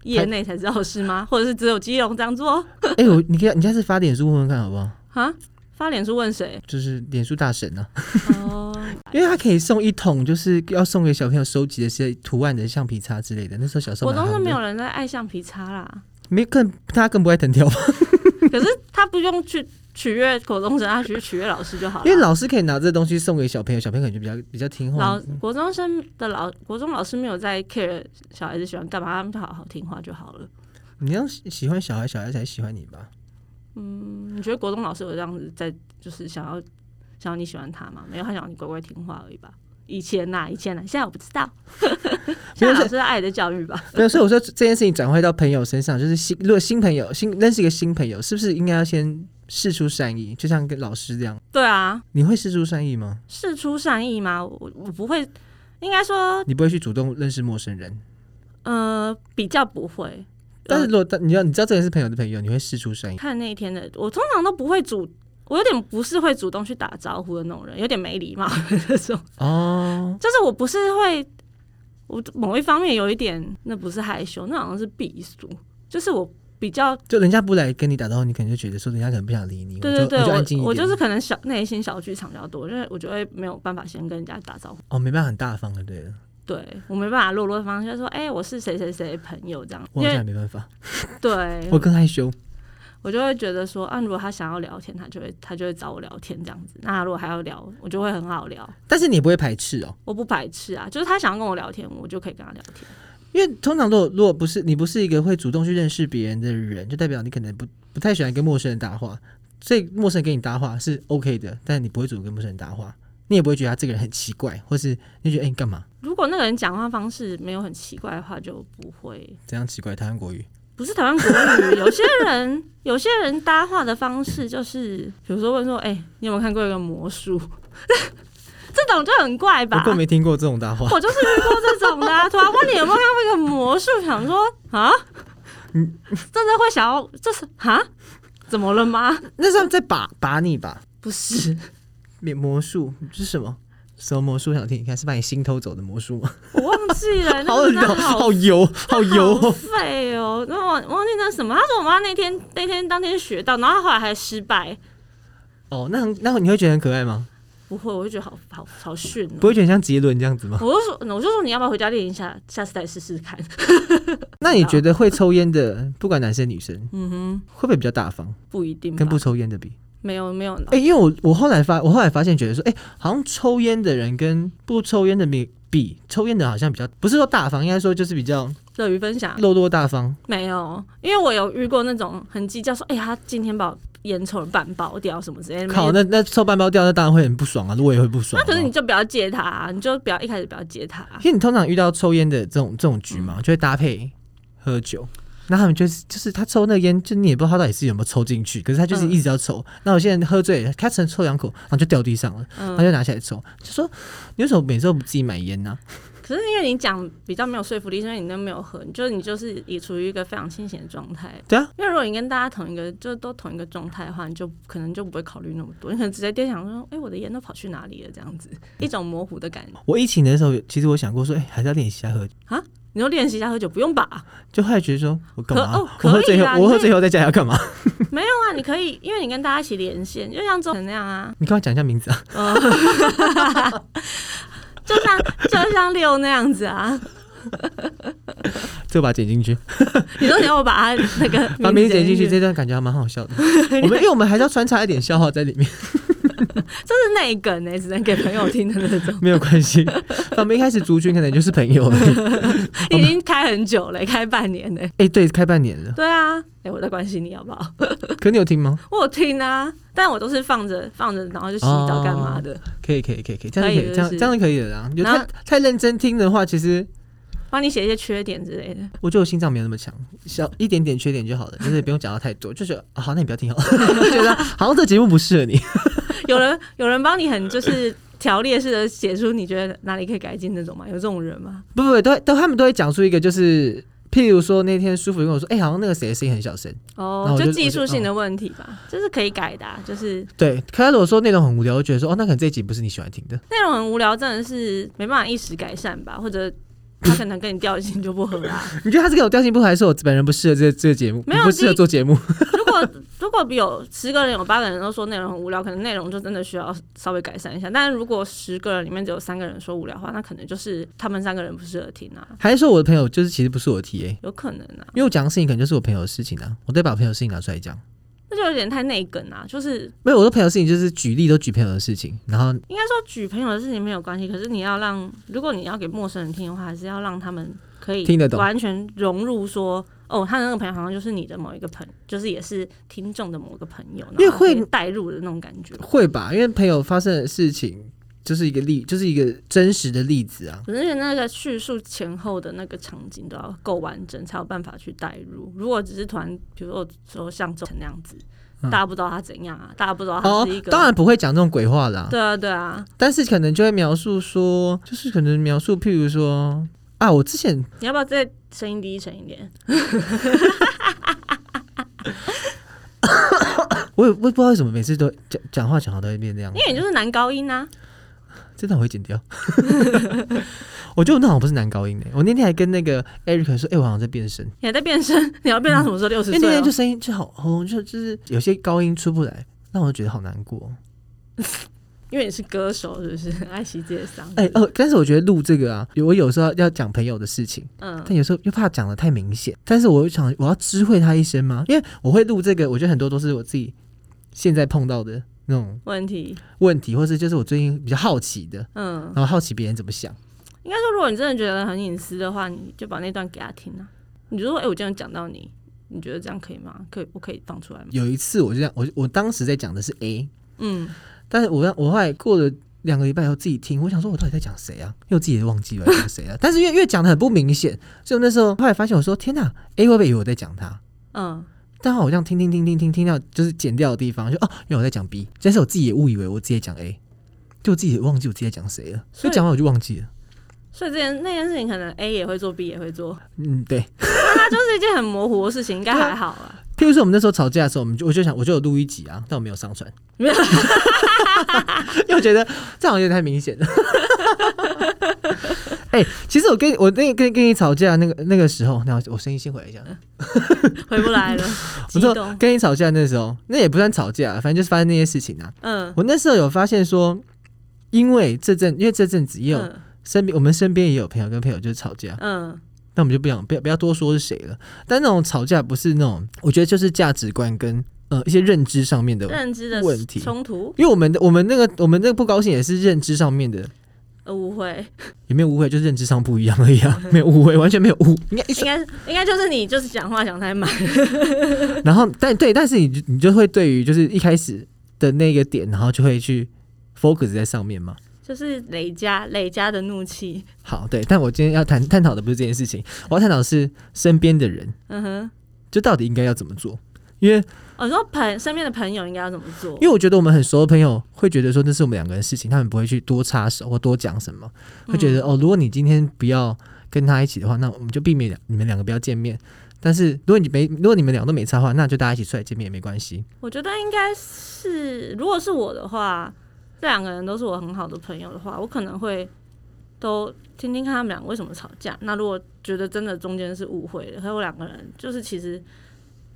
Speaker 2: 业内才知道的 事吗？或者是只有基隆这样做
Speaker 1: 哎、我你可以，你下次发脸书问问看好不好？？
Speaker 2: 啊？发脸书问谁
Speaker 1: 就是脸书大神啊，
Speaker 2: 哦，
Speaker 1: 因为他可以送一桶，就是要送给小朋友收集的一些图案的橡皮擦之类的。那时候小时候
Speaker 2: 国
Speaker 1: 蛮
Speaker 2: 中
Speaker 1: 夯
Speaker 2: 是
Speaker 1: 的
Speaker 2: 没有人在爱橡皮擦啦，
Speaker 1: 没更他更不爱藤条 吧，
Speaker 2: 可是他不用去取悦国中生，他去取悦老师就好
Speaker 1: 因为
Speaker 2: 了。
Speaker 1: 老师可以拿这东西送给小朋友，小朋友可能就比较比较听话。
Speaker 2: 老国中生的老国中老师没有在 care 小孩子喜欢干嘛，他们就好好听话就好了。
Speaker 1: 你要喜喜欢小孩，小孩才喜欢你吧？
Speaker 2: 你觉得国中老师有这样子在，就是想要想要你喜欢他吗？没有，他想要你乖乖听话而已吧。以前呐、以前呐、现在我不知道。现在老师是爱的教育吧？
Speaker 1: 对，所以我说这件事情转换到朋友身上，就是新如果新朋友新认识一个新朋友，是不是应该要先试出善意？就像跟老师这样，
Speaker 2: 对啊，
Speaker 1: 你会试出善意吗？
Speaker 2: 事出善意吗？我我不会，应该说
Speaker 1: 你不会去主动认识陌生人，
Speaker 2: 呃比较不会。
Speaker 1: 但是
Speaker 2: 呃
Speaker 1: 如果但你要你知道这个人是朋友的朋友，你会试出善意。
Speaker 2: 看那一天的，我通常都不会主，我有点不是会主动去打招呼的那种人，有点没礼貌的那种。
Speaker 1: 哦，
Speaker 2: 就是我不是会，我某一方面有一点，那不是害羞，那好像是避俗，就是我比较
Speaker 1: 就人家不来跟你打招呼，你可能就觉得说人家可能不想理你，
Speaker 2: 对对对，
Speaker 1: 我就我就安静一
Speaker 2: 我
Speaker 1: 点。
Speaker 2: 我就是可能小内心小剧场比较多，因为我就会没有办法先跟人家打招呼，
Speaker 1: 哦，没办法很大方的，对了，
Speaker 2: 对我没办法落落方向说，哎、我是谁谁谁的朋友这样，
Speaker 1: 我
Speaker 2: 因
Speaker 1: 好像也
Speaker 2: 为
Speaker 1: 没办法，
Speaker 2: 对
Speaker 1: 我更害羞。
Speaker 2: 我就会觉得说，啊，如果他想要聊天，他就会他就会找我聊天这样子，那如果还要聊，我就会很好聊，
Speaker 1: 但是你也不会排斥哦，
Speaker 2: 我不排斥啊，就是他想要跟我聊天，我就可以跟他聊天，
Speaker 1: 因为通常如果如果不是你不是一个会主动去认识别人的人，就代表你可能不不太喜欢跟陌生人搭话，所以陌生人跟你搭话是 OK 的，但你不会主动跟陌生人搭话，你也不会觉得他这个人很奇怪，或是你就觉得哎、你干嘛
Speaker 2: 如果那个人讲话方式没有很奇怪的话，就不会。
Speaker 1: 这样奇怪？台湾国语
Speaker 2: 不是台湾国语，有些人 有些人搭话的方式就是，比如说问说，哎、你有没有看过一个魔术？ 这种就很怪
Speaker 1: 我
Speaker 2: 吧
Speaker 1: 根？本没听过这种搭话，
Speaker 2: 我就是遇过这种的、啊，突然问你有没有看过一个魔术，想说啊，真的会想要，就是啊，怎么了吗？
Speaker 1: 那是他们在把把你吧？
Speaker 2: 不是，
Speaker 1: 免魔术这是什么？什么魔术？想听听看，是把你心偷走的魔术吗？
Speaker 2: 我忘记了，嗯那
Speaker 1: 好
Speaker 2: 个
Speaker 1: 恶
Speaker 2: 真
Speaker 1: 心
Speaker 2: 的
Speaker 1: 哦，好油，好油
Speaker 2: 好
Speaker 1: 哦！
Speaker 2: 废哦！然后我忘记那什么，他说我妈那天那天当天学到，然后她后来还失败，
Speaker 1: 哦，那很那你会觉得很可爱吗？
Speaker 2: 不会，我就觉得好好好逊哦
Speaker 1: 不。会觉得很像杰伦这样子吗？
Speaker 2: 我就说，我就说你要不要回家练一下，下次再试试看。
Speaker 1: 那你觉得会抽烟的，不管男生女生，
Speaker 2: 嗯哼，
Speaker 1: 会不会比较大方，
Speaker 2: 不一定吧，
Speaker 1: 跟不抽烟的比？
Speaker 2: 没有没有，
Speaker 1: 哎、因为我我后来发，我后来发现觉得说，哎、好像抽烟的人跟不抽烟的比比，抽烟的好像比较不是说大方，应该说就是比较
Speaker 2: 乐于分享
Speaker 1: 落落大方。
Speaker 2: 没有，因为我有遇过那种很计较说，哎、他今天把我烟抽了半包掉什么之类的。
Speaker 1: 靠，
Speaker 2: 那
Speaker 1: 那那抽半包掉，那当然会很不爽啊，我也会不爽、啊。
Speaker 2: 嗯可是你就不要借他、啊你就不要一开始不要借他、啊
Speaker 1: 因为你通常遇到抽烟的这种这种局嘛，
Speaker 2: 嗯
Speaker 1: 就会搭配喝酒。那他们就是就是他抽那个烟，就你也不知道他到底是有没有抽进去，可是他就是
Speaker 2: 嗯
Speaker 1: 一直要抽。那我现在喝醉了，他只能抽两口，然后就掉地上了，
Speaker 2: 嗯
Speaker 1: 他就拿起来抽，就说你为什么每次都不自己买烟呢、
Speaker 2: 可是因为你讲比较没有说服力，所以你都没有喝，你就你就是也处于一个非常清醒的状态。
Speaker 1: 对啊，
Speaker 2: 因为如果你跟大家同一个，就都同一个状态的话，你就可能就不会考虑那么多，你可能直接就想说，哎、我的烟都跑去哪里了？这样子一种模糊的感觉。
Speaker 1: 我疫情的时候，其实我想过说，哎、还是要练习一下喝酒。
Speaker 2: 你就练习一下喝酒，不用吧？
Speaker 1: 就后来觉得说，我干嘛、
Speaker 2: 可哦
Speaker 1: 我
Speaker 2: 可以啦
Speaker 1: 喝醉
Speaker 2: 你可
Speaker 1: 后，
Speaker 2: 以
Speaker 1: 我喝醉后在家要干嘛？
Speaker 2: 没有啊，你可以，因为你跟大家一起连线，就像周晨那样啊，
Speaker 1: 你跟我讲一下名字啊？
Speaker 2: 呃 就像就像六那样子啊。
Speaker 1: 这我把它剪进去，
Speaker 2: 你说你要我把他那个
Speaker 1: 把名
Speaker 2: 名
Speaker 1: 字
Speaker 2: 字
Speaker 1: 剪进去，
Speaker 2: 去，
Speaker 1: 这段感觉还蛮好 笑的。我们因为我们还是要穿插一点笑话在里面，
Speaker 2: 这是内梗欸呢、只能给朋友听的那
Speaker 1: 。
Speaker 2: 种
Speaker 1: 没有关 系。我们一开始族群可能就是朋友而已。
Speaker 2: 已经开很久了、开半年了、
Speaker 1: 哎、对，开半 年了，
Speaker 2: 对啊，哎、我在关心你好不好？
Speaker 1: 可你有听吗？
Speaker 2: 我有听啊，但我都是放着放着，然后就洗澡干嘛的，
Speaker 1: 可以，可以，可以，可以，这样就可
Speaker 2: 可
Speaker 1: 以，
Speaker 2: 以
Speaker 1: 这样
Speaker 2: 是不是
Speaker 1: 这样就可以了啦。就
Speaker 2: 然
Speaker 1: 太
Speaker 2: 后
Speaker 1: 太认真听的话，其实
Speaker 2: 帮、你写一些缺点之类的。
Speaker 1: 我觉得我心脏没有那么强，小一点点缺点就 好了，就是不用讲到太多，就觉得、啊好，那你不要听好了， 就觉得好像这节目不适合 你。
Speaker 2: 有人有人帮你很就是条列式的写出你觉得哪里可以改进那种吗？有这种人吗？
Speaker 1: 不不不，都会都他们都会讲出一个，就是譬如说那天舒服跟我说，哎、好像那个谁的声音很小声，那
Speaker 2: 哦
Speaker 1: 我，就嗯
Speaker 2: 就技术性的问题吧，这是可以改的、啊。就是
Speaker 1: 对。可他如果说内容很无聊，我就觉得说哦，那可能这一集不是你喜欢听的。
Speaker 2: 内容很无聊，真的是没办法一时改善吧，或者他可能跟你调性就不合啊啦。
Speaker 1: 你觉得他是跟我调性不合，还是我本人不适合这这个节目？
Speaker 2: 没有
Speaker 1: 不适合做节目。
Speaker 2: 如果如果有十个人有八个人都说内容很无聊，可能内容就真的需要稍微改善一下。但是如果十个人里面只有三个人说无聊的话，那可能就是他们三个人不适合听啊，
Speaker 1: 还是说我的朋友就是其实不是我的 TA，
Speaker 2: 有可能啊，
Speaker 1: 因为我讲的事情可能就是我朋友的事情啊，我再把朋友的事情拿出来讲。
Speaker 2: 那就有点太内梗啊。就是
Speaker 1: 没有，我说朋友的事情就是举例都举朋友的事情，然后
Speaker 2: 应该说举朋友的事情没有关系，可是你要让，如果你要给陌生人听的话，还是要让他们可以
Speaker 1: 听得懂
Speaker 2: 完全融入说。哦，他的那个朋友好像就是你的某一个朋就是也是听众的某个朋友，
Speaker 1: 因为会
Speaker 2: 带入的那种感觉。
Speaker 1: 会吧，因为朋友发生的事情就是一个例，就是一个真实的例子啊。
Speaker 2: 可是那个叙述前后的那个场景都要够完整，才有办法去代入。如果只是团，比如说说像周晨那样子，
Speaker 1: 嗯
Speaker 2: 大家不知道他怎样啊，大家不知道他
Speaker 1: 哦
Speaker 2: 是一，个，
Speaker 1: 当然不会讲这种鬼话啦，
Speaker 2: 对啊对啊。
Speaker 1: 但是可能就会描述说，就是可能描述，譬如说啊，我之前
Speaker 2: 你要不要再声音低沉一点？
Speaker 1: 我也我也不知道为什么每次都讲讲话讲话都会变这样
Speaker 2: 因，为你就是男高音啊，
Speaker 1: 这段我会剪掉。 我觉得我那好像不是男高音的、欸我那天还跟那个 Eric 说，哎、我好像在变声，
Speaker 2: 你还在变声， 你要变到什么时候？六十
Speaker 1: 嗯因为那
Speaker 2: 岁
Speaker 1: 天
Speaker 2: 哦
Speaker 1: 就？声音就好喉咙就就是有些高音出不来，让我觉得好难
Speaker 2: 嗯
Speaker 1: 过。
Speaker 2: 因为你是歌手，是 不是？爱惜自己的嗓
Speaker 1: 哎、
Speaker 2: 子。
Speaker 1: 呃，但是我觉得录这个啊，我有时候要讲朋友的事情。
Speaker 2: 嗯，
Speaker 1: 但有时候又怕讲的太明显，但是我又想我要知会他一声吗？因为我会录这个，我觉得很多都是我自己现在碰到的那种
Speaker 2: 问题，
Speaker 1: 问题，或是就是我最近比较好奇的，
Speaker 2: 嗯
Speaker 1: 然，后好奇别人怎么想。
Speaker 2: 应该说，如果你真的觉得很隐私的话，你就把那段给他听啊。你就说，哎、我今天有讲到你，你觉得这样可以吗？可以，我可以放出来吗？
Speaker 1: 有一次我就这样，我我当时在讲的是 A，
Speaker 2: 嗯，
Speaker 1: 但是我让我后来过了两个礼拜以后自己听，我想说我到底在讲谁啊？因为我自己也忘记我在讲谁了、但是因为因为讲的很不明显，所以我那时候后来发现我说天哪，A 会不会以为我在讲他？
Speaker 2: 嗯，
Speaker 1: 但好像听听听听听听到就是剪掉的地方，就哦，原来我在讲 B，但是我自己也误以为我自己在讲 A，就我自己也忘记我自己在讲谁了，所
Speaker 2: 所以
Speaker 1: 以讲完我就忘记了。
Speaker 2: 所以这件那件事情可能 A 也会做，B 也会做，
Speaker 1: 嗯，对。
Speaker 2: 它就是一件很模糊的事情，应该还好 啊。
Speaker 1: 譬如说我们那时候吵架的时候，我们就我就想我就有录一集啊，但我没有上传，
Speaker 2: 没有
Speaker 1: 因为我觉得这样有点太明显了。哎、其实我跟我那个跟跟你吵架那个那个时候，那我声音先回来一下。
Speaker 2: 回 不来了，
Speaker 1: 我
Speaker 2: 激
Speaker 1: 说
Speaker 2: 动。
Speaker 1: 跟你吵架那时候，那也不算吵架，啊反正就是发生那些事情啊。
Speaker 2: 嗯
Speaker 1: 我那时候有发现说，因为这阵因为这阵子也有
Speaker 2: 嗯
Speaker 1: 身边我们身边也有朋友跟朋友就是吵架，
Speaker 2: 嗯，
Speaker 1: 那我们就不想不要不要多说是谁了。但那种吵架不是那种，我觉得就是价值观跟呃一些认知上面的，
Speaker 2: 认知的
Speaker 1: 问题
Speaker 2: 冲突、
Speaker 1: 因为我们的我们那个我们那个不高兴也是认知上面的，
Speaker 2: 呃误会，
Speaker 1: 有没有误会？就是认知上不一样而已 啊，没有误会，完全没有误。应该一
Speaker 2: 应该应该就是你就是讲话讲太满。
Speaker 1: 然后但对，但是你就你就会对于就是一开始的那个点，然后就会去 focus 在上面嘛。
Speaker 2: 就是累加累加的怒气，
Speaker 1: 好，对，但我今天要谈探讨的不是这件事情，我要探讨的是身边的人，
Speaker 2: 嗯哼，
Speaker 1: 就到底应该要怎么做，因为
Speaker 2: 哦，你说朋身边的朋友应该要怎么做？
Speaker 1: 因为我觉得我们很熟的朋友会觉得说那是我们两个人的事情，他们不会去多插手或多讲什么，
Speaker 2: 嗯
Speaker 1: 会觉得、哦，如果你今天不要跟他一起的话，那我们就避免你们两个不要见面。但是如果你没，如果你们俩都没插的话，那就大家一起出来见面也没关系。
Speaker 2: 我觉得应该是，如果是我的话，这两个人都是我很好的朋友的话，我可能会都听听看他们俩为什么吵架。那如果觉得真的中间是误会了，还有两个人就是其实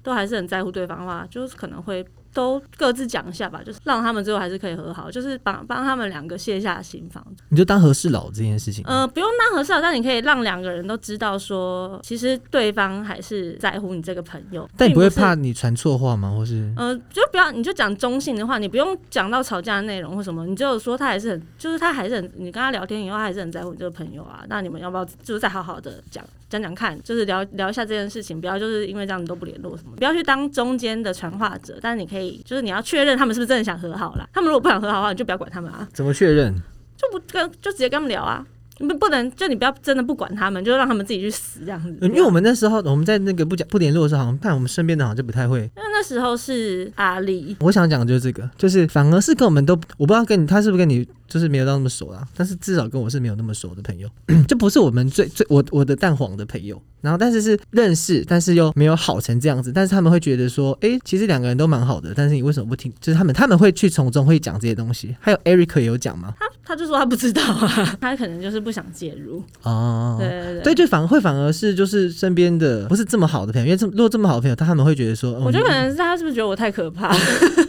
Speaker 2: 都还是很在乎对方的话，就是可能会都各自讲一下吧，就是让他们最后还是可以和好，就是帮帮他们两个卸下心防。
Speaker 1: 你就当和事佬这件事情。
Speaker 2: 呃，不用当和事佬，但你可以让两个人都知道说，其实对方还是在乎你这个朋友。
Speaker 1: 但你
Speaker 2: 并不
Speaker 1: 不会
Speaker 2: 是
Speaker 1: 怕你传错话吗？或是
Speaker 2: 呃，就不要，你就讲中性的话，你不用讲到吵架的内容或什么，你只有说他还是很，就是他还是很，你跟他聊天以后，他还是很在乎你这个朋友啊。那你们要不要就是再好好的讲讲讲看，就是聊聊一下这件事情，不要就是因为这样你都不联络什么，不要去当中间的传话者。但是你可以，就是你要确认他们是不是真的想和好啦。他们如果不想和好的话，你就不要管他们啊，
Speaker 1: 怎么确认？
Speaker 2: 就不跟就直接跟他们聊啊。你不不能就你不要真的不管他们，就让他们自己去死这样子。
Speaker 1: 嗯因为我们那时候我们在那个不讲不联络的时候，好像看我们身边的好像就不太会。
Speaker 2: 因为那时候是阿丽，
Speaker 1: 我想讲的就是这个，就是反而是跟我们都我不知道跟你他是不是跟你就是没有到那么熟啦，但是至少跟我是没有那么熟的朋友， 就不是我们最最我我的蛋黄的朋友。然后但是是认识，但是又没有好成这样子，但是他们会觉得说，诶，其实两个人都蛮好的，但是你为什么不听？就是他们他们会去从中会讲这些东西。还有 Eric 也有讲嘛，
Speaker 2: 他他就说他不知道啊， 他可能就是不想介入。
Speaker 1: 哦，
Speaker 2: 对对对。
Speaker 1: 对，就反而会反而是就是身边的不是这么好的朋友，因为这么如果这么好的朋友，他他们会觉得说，嗯
Speaker 2: 我觉得可能是他是不是觉得我太可怕？ 就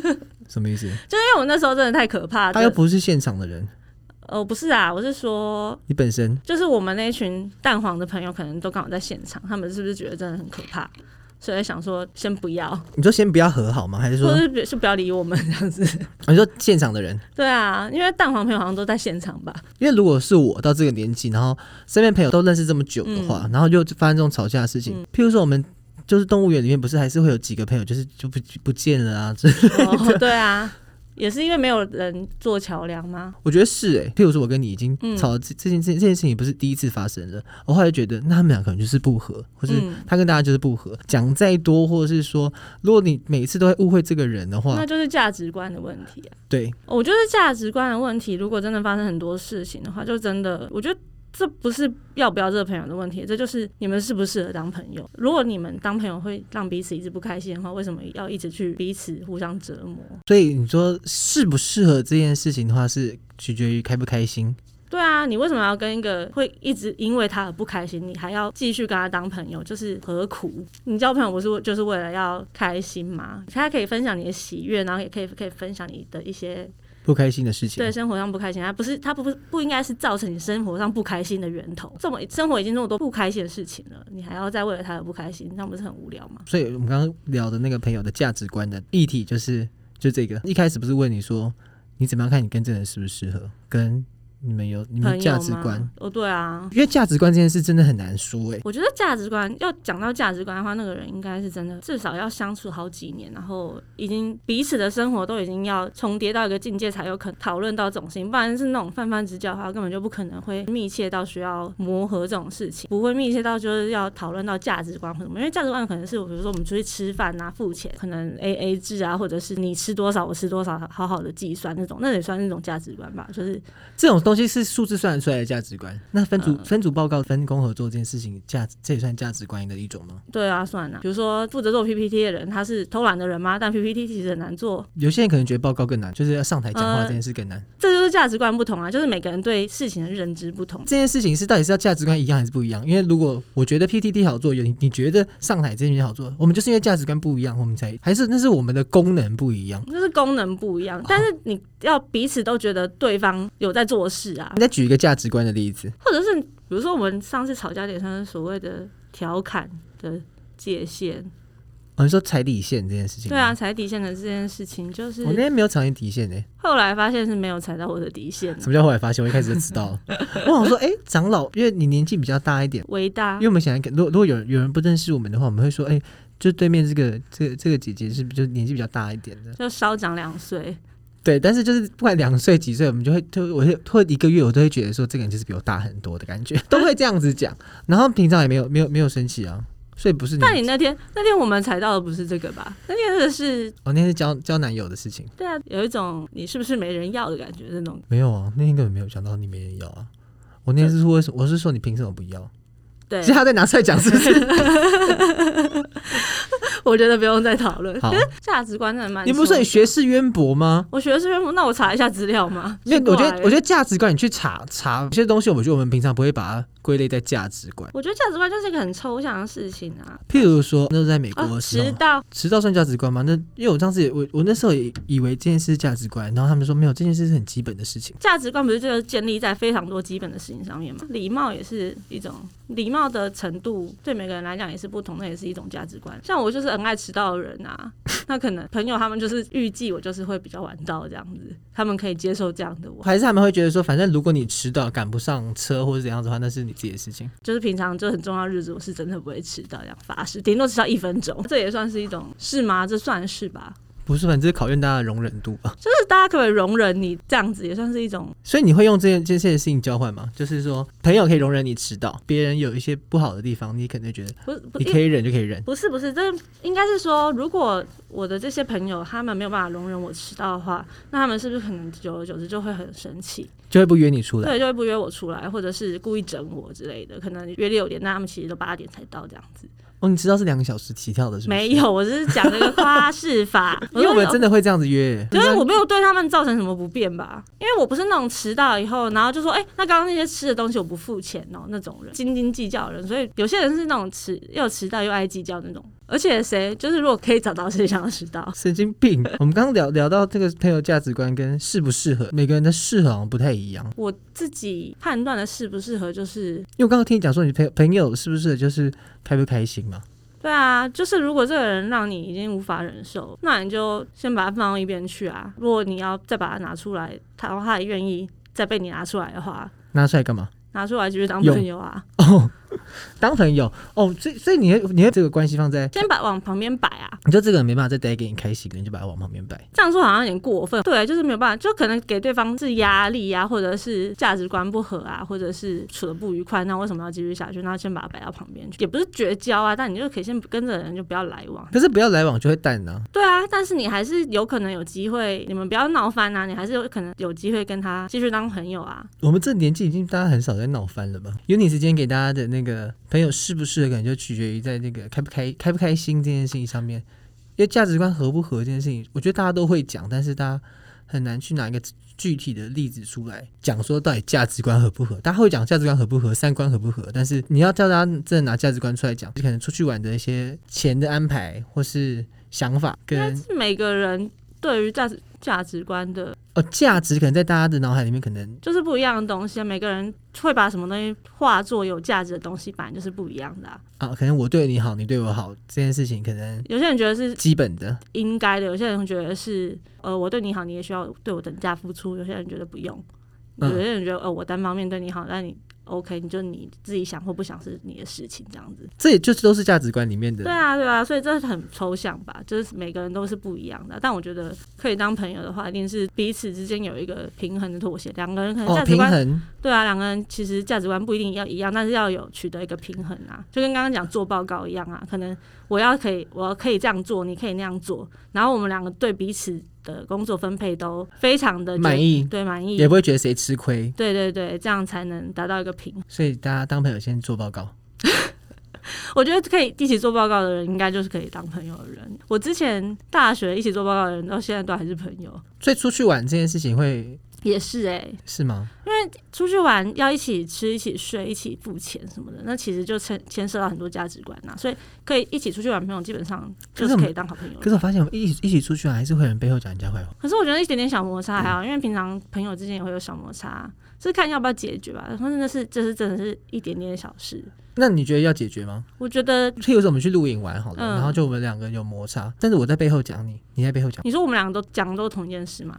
Speaker 1: 什么意思？
Speaker 2: 因为我那时候真的太可怕。
Speaker 1: 他又
Speaker 2: 就
Speaker 1: 不是现场的人，
Speaker 2: 呃，不是啊，我是说，
Speaker 1: 你本身
Speaker 2: 就是我们那群蛋黄的朋友，可能都刚好在现场，他们是不是觉得真的很可怕？所以想说先不要，
Speaker 1: 你就先不要和好吗？还是
Speaker 2: 或
Speaker 1: 说
Speaker 2: 者是不是不要理我们这样子？
Speaker 1: 你说现场的人？
Speaker 2: 对啊，因为蛋黄朋友好像都在现场吧？
Speaker 1: 因为如果是我到这个年纪，然后身边朋友都认识这么久的话，
Speaker 2: 嗯
Speaker 1: 然后就发生这种吵架的事情，譬如说我们就是动物园里面不是还是会有几个朋友就是就不不见了啊，这
Speaker 2: 哦，对啊，也是因为没有人做桥梁吗？
Speaker 1: 我觉得是哎、譬如说我跟你已经
Speaker 2: 嗯
Speaker 1: 吵了这这件这这件事情不是第一次发生了，我后来觉得那他们俩可能就是不合，或是
Speaker 2: 嗯
Speaker 1: 他跟大家就是不合，讲再多或者是说，如果你每次都会误会这个人的话
Speaker 2: 那，就是价值观的问题啊。
Speaker 1: 对，
Speaker 2: 我觉得价值观的问题，如果真的发生很多事情的话，就真的，我觉得这不是要不要这个朋友的问题，这就是你们适不适合当朋友。如果你们当朋友会让彼此一直不开心的话，为什么要一直去彼此互相折磨？
Speaker 1: 所以你说适不适合这件事情的话，是取决于开不开心。
Speaker 2: 对啊，你为什么要跟一个会一直因为他而不开心，你还要继续跟他当朋友？就是何苦？你交朋友不是为就是为了要开心吗？他可以分享你的喜悦，然后也可以可以分享你的一些
Speaker 1: 不开心的事情，
Speaker 2: 对，生活上不开心，它不是，它不不不应该是造成你生活上不开心的源头。这么生活已经这么多不开心的事情了，你还要再为了他而不开心，那不是很无聊吗？
Speaker 1: 所以我们刚刚聊的那个朋友的价值观的议题，就是就这个。一开始不是问你说你怎么样看你跟这个人适不适合，跟你们有你们
Speaker 2: 朋
Speaker 1: 的
Speaker 2: 友
Speaker 1: 价值
Speaker 2: 吗
Speaker 1: 观，
Speaker 2: 哦，对啊，
Speaker 1: 因为价值观这件事真的很难说欸诶、
Speaker 2: 我觉得价值观要讲到价值观的话，那个人应该是真的至少要相处好几年，然后已经彼此的生活都已经要重叠到一个境界，才有可能讨论到这种事情。不然是那种泛泛之交的话，根本就不可能会密切到需要磨合这种事情，不会密切到就是要讨论到价值观或什么。因为价值观可能是比如说我们出去吃饭啊，付钱，可能 A A 制啊，或者是你吃多少我吃多少，好好的计算那种，那也算是一种价值观吧，就是
Speaker 1: 这种东西是数字算得出来的价值观。那分
Speaker 2: 嗯
Speaker 1: 组、分组报告、分工合作这件事情，价值这也算价值观的一种吗？
Speaker 2: 对啊，算了。比如说负责做 PPT 的人，他是偷懒的人吗？但 PPT 其实很难做，
Speaker 1: 有些人可能觉得报告更难，就是要上台讲
Speaker 2: 呃
Speaker 1: 话这件事更难。
Speaker 2: 这就是价值观不同啊，就是每个人对事情的认知不同。
Speaker 1: 这件事情是到底是要价值观一样还是不一样？因为如果我觉得 PTT 好做，有你你觉得上海这件事情好做，我们就是因为价值观不一样，我们才还是那是我们的功能不一样。
Speaker 2: 就是功能不一样，但是你要彼此都觉得对方有在做事啊
Speaker 1: 你，再举一个价值观的例子，
Speaker 2: 或者是比如说我们上次吵架点上是所谓的调侃的界限，
Speaker 1: 我们说踩底线这件事情。
Speaker 2: 对啊，，踩底线的这件事情，就是
Speaker 1: 我那天没有踩你底线呢、
Speaker 2: 后来发现是没有踩到我的底线啊
Speaker 1: 什
Speaker 2: 的，
Speaker 1: 么叫后来发现？我一开始就知 道了。我想说，哎、长老，因为你年纪比较大一点，
Speaker 2: 伟大
Speaker 1: 因为我们想，如果如果有人有人不认识我们的话，我们会说，哎、就对面这个这个这个姐姐是不是就年纪比较大一点的？
Speaker 2: 就稍长两岁，
Speaker 1: 嗯对，但是就是不管两岁几岁，我们就会就我会或一个月，我都会觉得说这个人就是比我大很多的感觉，都会这样子讲。然后平常也没有没有没有生气啊，所以不是你。
Speaker 2: 但你那天那天我们踩到的不是这个吧？那天的是
Speaker 1: 哦，那天是交交男友的事情，
Speaker 2: 对啊，有一种你是不是没人要的感觉那种。
Speaker 1: 没有啊，那天根本没有讲到你没人要啊。我那天是说为什么？我是说你凭什么不要？
Speaker 2: 对
Speaker 1: 是，他在拿出来讲，是不是？
Speaker 2: 我觉得不用再讨论。
Speaker 1: 好
Speaker 2: 可是价值观真的蛮……
Speaker 1: 你不是很学识渊博吗？
Speaker 2: 我学的是渊博，那我查一下资料 嘛。
Speaker 1: 因为
Speaker 2: 奇怪
Speaker 1: 我觉得，我觉得价值观，你去查查有些东西，我觉得我们平常不会把它归类在价值观。
Speaker 2: 我觉得价值观就是一个很抽象的事情啊。
Speaker 1: 譬如说，那时候在美国
Speaker 2: 啊，
Speaker 1: 的时候
Speaker 2: 迟，到
Speaker 1: 迟到算价值观吗？那因为我上次也我我那时候也以为这件事是价值观，然后他们说没有，这件事是很基本的事情。
Speaker 2: 价值观不是就是建立在非常多基本的事情上面嘛？礼貌也是一种，礼貌的程度对每个人来讲也是不同，那也是一种价值观。像我就是很爱迟到的人啊， 那可能朋友他们就是预计我就是会比较晚到这样子，他们可以接受这样的我，
Speaker 1: 还是他们会觉得说，反正如果你迟到赶不上车或者怎样子的话，那是你自己的事情。
Speaker 2: 就是平常就很重要的日子，我是真的不会迟到，这样发誓，顶多迟到一分钟，这也算是一种是吗？这算是吧？
Speaker 1: 不是，反正这是考验大家的容忍度吧。
Speaker 2: 就是大家可不可以容忍你这样子，也算是一种
Speaker 1: 所以你会用这件这件事情交换吗？就是说，朋友可以容忍你迟到，别人有一些不好的地方，你可能觉得
Speaker 2: 不不
Speaker 1: 你可以忍就可以忍。
Speaker 2: 不是不是，这应该是说，如果我的这些朋友他们没有办法容忍我迟到的话，那他们是不是可能久而久之就会很生气，
Speaker 1: 就会不约你出来。
Speaker 2: 对，就会不约我出来，或者是故意整我之类的？可能约六点，那他们其实都八点才到这样子。
Speaker 1: 哦，你知道是两个小时起跳的，是不是？
Speaker 2: 没，有，我只是讲了一个夸饰法，
Speaker 1: 因为我们
Speaker 2: 说
Speaker 1: 真的会这样子约。
Speaker 2: 因为我没有对他们造成什么不便吧，因为我不是那种迟到以后，然后就说，哎、那刚刚那些吃的东西我不付钱哦、那种人，斤斤计较的人，所以有些人是那种迟又迟到又爱计较那种，而且谁就是如果可以找到谁想要迟到，
Speaker 1: 神经病！我们刚刚聊聊到这个朋友价值观跟适不适合，每个人的适合好像不太一样。
Speaker 2: 我自己判断的适不适合就是，
Speaker 1: 因为我刚刚听你讲说，你朋友朋友适不适合就是开不开心嘛？
Speaker 2: 对啊，就是如果这个人让你已经无法忍受，那你就先把它放到一边去啊。如果你要再把它拿出来，他然后他还愿意再被你拿出来的话，
Speaker 1: 拿出来干嘛？
Speaker 2: 拿出来就是当
Speaker 1: 有
Speaker 2: 朋友啊，
Speaker 1: 哦，当朋友哦，所以所以你会你会这个关系放在，
Speaker 2: 先把往旁边摆啊。
Speaker 1: 你就这个人没办法再带给你开心，你就把它往旁边摆。
Speaker 2: 这样说好像有点过分，对，就是没有办法，就可能给对方是压力啊，或者是价值观不合啊，或者是处的不愉快，那为什么要继续下去？那先把它摆到旁边去，也不是绝交啊，但你就可以先跟着人就不要来往，
Speaker 1: 可是不要来往就会淡啊。
Speaker 2: 对啊，但是你还是有可能有机会，你们不要闹翻啊，你还是有可能有机会跟他继续当朋友啊。
Speaker 1: 我们这年纪已经大家很少在闹翻了吧？有你时间给大家的那个朋友适不适合，感觉就取决于在那个开不开开不开心这件事情上面，因为价值观合不合这件事情，我觉得大家都会讲，但是大家很难去拿一个具体的例子出来讲说到底价值观合不合。大家会讲价值观合不合，三观合不合，但是你要叫大家真的拿价值观出来讲，就可能出去玩的一些钱的安排或是想法跟
Speaker 2: 是每个人对于价值价值观的，
Speaker 1: 哦价值，可能在大家的脑海里面可能
Speaker 2: 就是不一样的东西啊。每个人会把什么东西化作有价值的东西，本来就是不一样的、啊。
Speaker 1: 啊，可能我对你好，你对我好这件事情可能。
Speaker 2: 有些人觉得是
Speaker 1: 基本的，
Speaker 2: 应该的，有些人会觉得是呃我对你好，你也需要对我等价付出；有些人觉得不用，有
Speaker 1: 嗯
Speaker 2: 些人觉得呃我单方面对你好，那你 OK，你就你自己想或不想是你的事情这样子。
Speaker 1: 这也就是都是价值观里面
Speaker 2: 对
Speaker 1: 的。
Speaker 2: 啊，对啊，所以这很抽象吧，就是每个人都是不一样的。但我觉得可以当朋友的话，一定是彼此之间有一个平衡的妥协，两个人可能
Speaker 1: 哦，
Speaker 2: 价值
Speaker 1: 平
Speaker 2: 观、
Speaker 1: 衡
Speaker 2: 对啊，两个人其实价值观不一定要一样，但是要有取得一个平衡啊，就跟刚刚讲做报告一样啊，可能我要可以，我可以这样做，你可以那样做，然后我们两个对彼此的工作分配都非常的
Speaker 1: 满，意，
Speaker 2: 对满意
Speaker 1: 也，不会觉得谁吃亏。
Speaker 2: 对对对，这样才能达到一个平衡。
Speaker 1: 所以大家当朋友先做报告。
Speaker 2: 我觉得可以一起做报告的人，应该就是可以当朋友的人。我之前大学一起做报告的人，到现在都还是朋友，
Speaker 1: 所以出去玩这件事情会
Speaker 2: 也是欸诶、
Speaker 1: 是吗？
Speaker 2: 出去玩要一起吃、一起睡、一起付钱什么的，那其实就牵牵涉到很多价值观呐、所以可以一起出去玩，朋友基本上就是可以当好朋友
Speaker 1: 可。是我发现我们一起一起出去玩，还是会有人背后讲人家坏话。
Speaker 2: 可是我觉得一点点小摩擦还好，因为平常朋友之间也会有小摩擦，是看要不要解决吧。然后真的是，这是真的是一点点小事。
Speaker 1: 那你觉得要解决吗？
Speaker 2: 我觉得
Speaker 1: 譬如说我们去露营玩好了，
Speaker 2: 嗯
Speaker 1: 然后就我们两个有摩擦，但是我在背后讲你，你在背后讲，
Speaker 2: 你说我们两个都讲的都是同一件事嘛，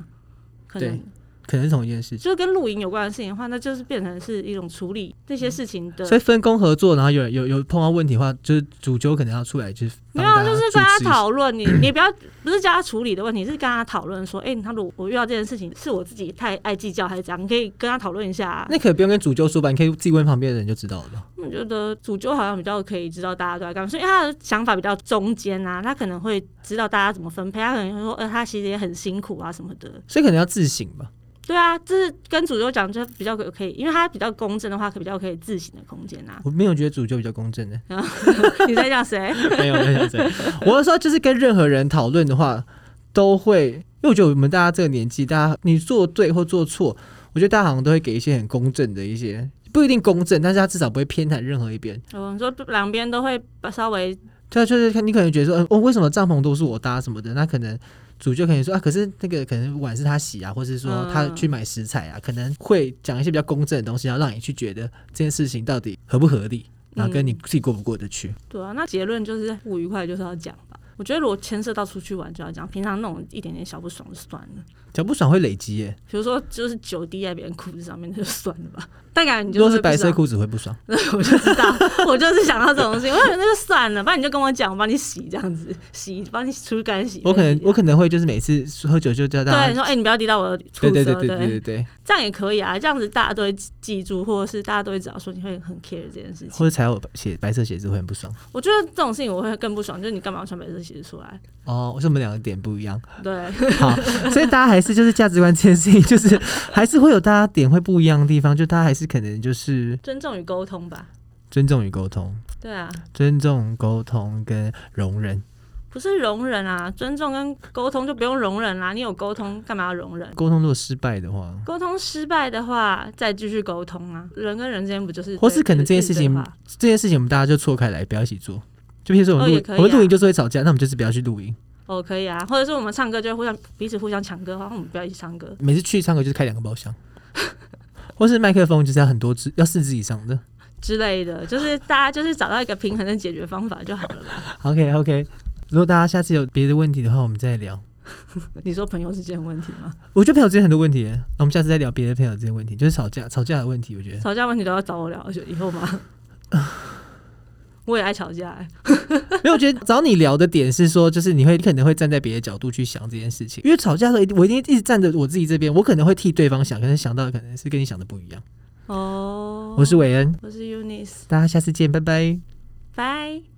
Speaker 2: 可能
Speaker 1: 对可能是同一件事情。
Speaker 2: 就是跟露营有关的事情的话，那就是变成是一种处理这些事情的
Speaker 1: 所以分工合作，然后有人有有碰到问题的话，就是主揪可能要出来，就是
Speaker 2: 没
Speaker 1: 帮
Speaker 2: 有啊，
Speaker 1: 大家
Speaker 2: 就是
Speaker 1: 主
Speaker 2: 跟他
Speaker 1: 持一下
Speaker 2: 讨 论，你你不要不是叫他处理的问题，是跟他讨论说，哎、他如果我遇到这件事情，是我自己太爱计较还是怎样？你可以跟他讨论一下、啊。
Speaker 1: 那可以不用跟主揪说吧，你可以自己问旁边的人就知道了吧。
Speaker 2: 我觉得主揪好像比较可以知道大家都在干嘛，所以他的想法比较中间啊，他可能哎会知道大家怎么分配，他可能会说，呃，他其实也很辛苦啊什么的。
Speaker 1: 所以可能要自省吧。
Speaker 2: 对啊，就是跟主流讲就比较可可以，因为它比较公正的话，可比较可以自省的空间啊。
Speaker 1: 我没有觉得主就比较公正的，
Speaker 2: 你在讲谁？
Speaker 1: 没有没有这样。我是说，就是跟任何人讨论的话，都会，因为我觉得我们大家这个年纪，大家你做对或做错，我觉得大家好像都会给一些很公正的一些，不一定公正，但是他至少不会偏袒任何一边。
Speaker 2: 我们说两边都会把稍微
Speaker 1: 对啊，就是看你可能觉得说，嗯哦，为什么帐篷都是我搭什么的？那可能主就可能说啊，可是那个可能碗是他洗啊，或是说他去买食材啊，可能会讲一些比较公正的东西，然后让你去觉得这件事情到底合不合理，然后跟你自己过不过得去。
Speaker 2: 对啊，那结论就是不愉快就是要讲吧。我觉得如果牵涉到出去玩就要讲，平常那种一点点小不爽就算了。
Speaker 1: 讲不爽会累积耶，
Speaker 2: 比如说就是酒滴在别人裤子上面，那就算了吧。但感觉你
Speaker 1: 如
Speaker 2: 就
Speaker 1: 果
Speaker 2: 是
Speaker 1: 是
Speaker 2: 会不
Speaker 1: 白
Speaker 2: 爽
Speaker 1: 色， 裤子会不爽。
Speaker 2: 我就知道，我就是想到这种事情，我想那就算了，不然你就跟我讲，我帮你洗这样子，洗帮你出干洗。
Speaker 1: 我可能
Speaker 2: 帮你
Speaker 1: 我可能会就是每次喝酒就叫大
Speaker 2: 对
Speaker 1: 家
Speaker 2: 你说，哎、你不要滴到我的裤
Speaker 1: 对
Speaker 2: 子
Speaker 1: 对
Speaker 2: 哦，
Speaker 1: 对对对对对，
Speaker 2: 这样也可以啊，这样子大家都会记住，或者是大家都会知道说你会很 care 这件事情。
Speaker 1: 或者踩我鞋白色鞋子会很不爽。
Speaker 2: 我觉得这种事情我会更不爽，就是你干嘛要穿白色鞋子出来？
Speaker 1: 哦，我说我们两个点不一样，
Speaker 2: 对，
Speaker 1: 好，所以大家还是就是价值观这件事情， 就是还是会有大家点会不一样的地方，就大家还是可能就是
Speaker 2: 尊重与沟通吧。
Speaker 1: 尊重与沟通，
Speaker 2: 对啊，
Speaker 1: 尊重、沟通跟容忍，
Speaker 2: 不是容忍啊，尊重跟沟通就不用容忍啦、你有沟通干嘛要容忍？
Speaker 1: 沟通如果失败的话，
Speaker 2: 沟通失败的话，再继续沟通啊。人跟人之间不就是对？
Speaker 1: 或是可能这件事情
Speaker 2: 对话
Speaker 1: 这件事情我们大家就错开来，不要一起做。就比如说我们
Speaker 2: 哦
Speaker 1: 录、
Speaker 2: 也可以啊
Speaker 1: 我们录影就是会吵架，那我们就是不要去录影。
Speaker 2: 哦，可以啊，或者是我们唱歌就会互相彼此互相抢歌，好像我们不要一起唱歌，
Speaker 1: 每次去唱歌就是开两个包厢， 或是麦克风就是要很多支，要四支以上的。
Speaker 2: 之类的，就是大家就是找到一个平衡的解决方法就好了 吧。
Speaker 1: OK OK，如果大家下次有别的问题的话，我们再聊。
Speaker 2: 你说朋友之间的问题吗？
Speaker 1: 我觉得朋友之间很多问题耶，那我们下次再聊别的朋友之间的问题，就是吵架吵架的问题。我 觉得
Speaker 2: 吵架问题都要找我聊，就以 后吗？我也爱吵架、欸，
Speaker 1: 没有，我觉得找你聊的点是说，就是你会你可能会站在别的角度去想这件事情，因为吵架的时候一定，我一定一直站着我自己这边，我可能会替对方想，可能想到的可能是跟你想的不一样。
Speaker 2: 哦，
Speaker 1: 我是韦恩，
Speaker 2: 我是 Unis，
Speaker 1: 大家下次见，拜拜。
Speaker 2: 拜。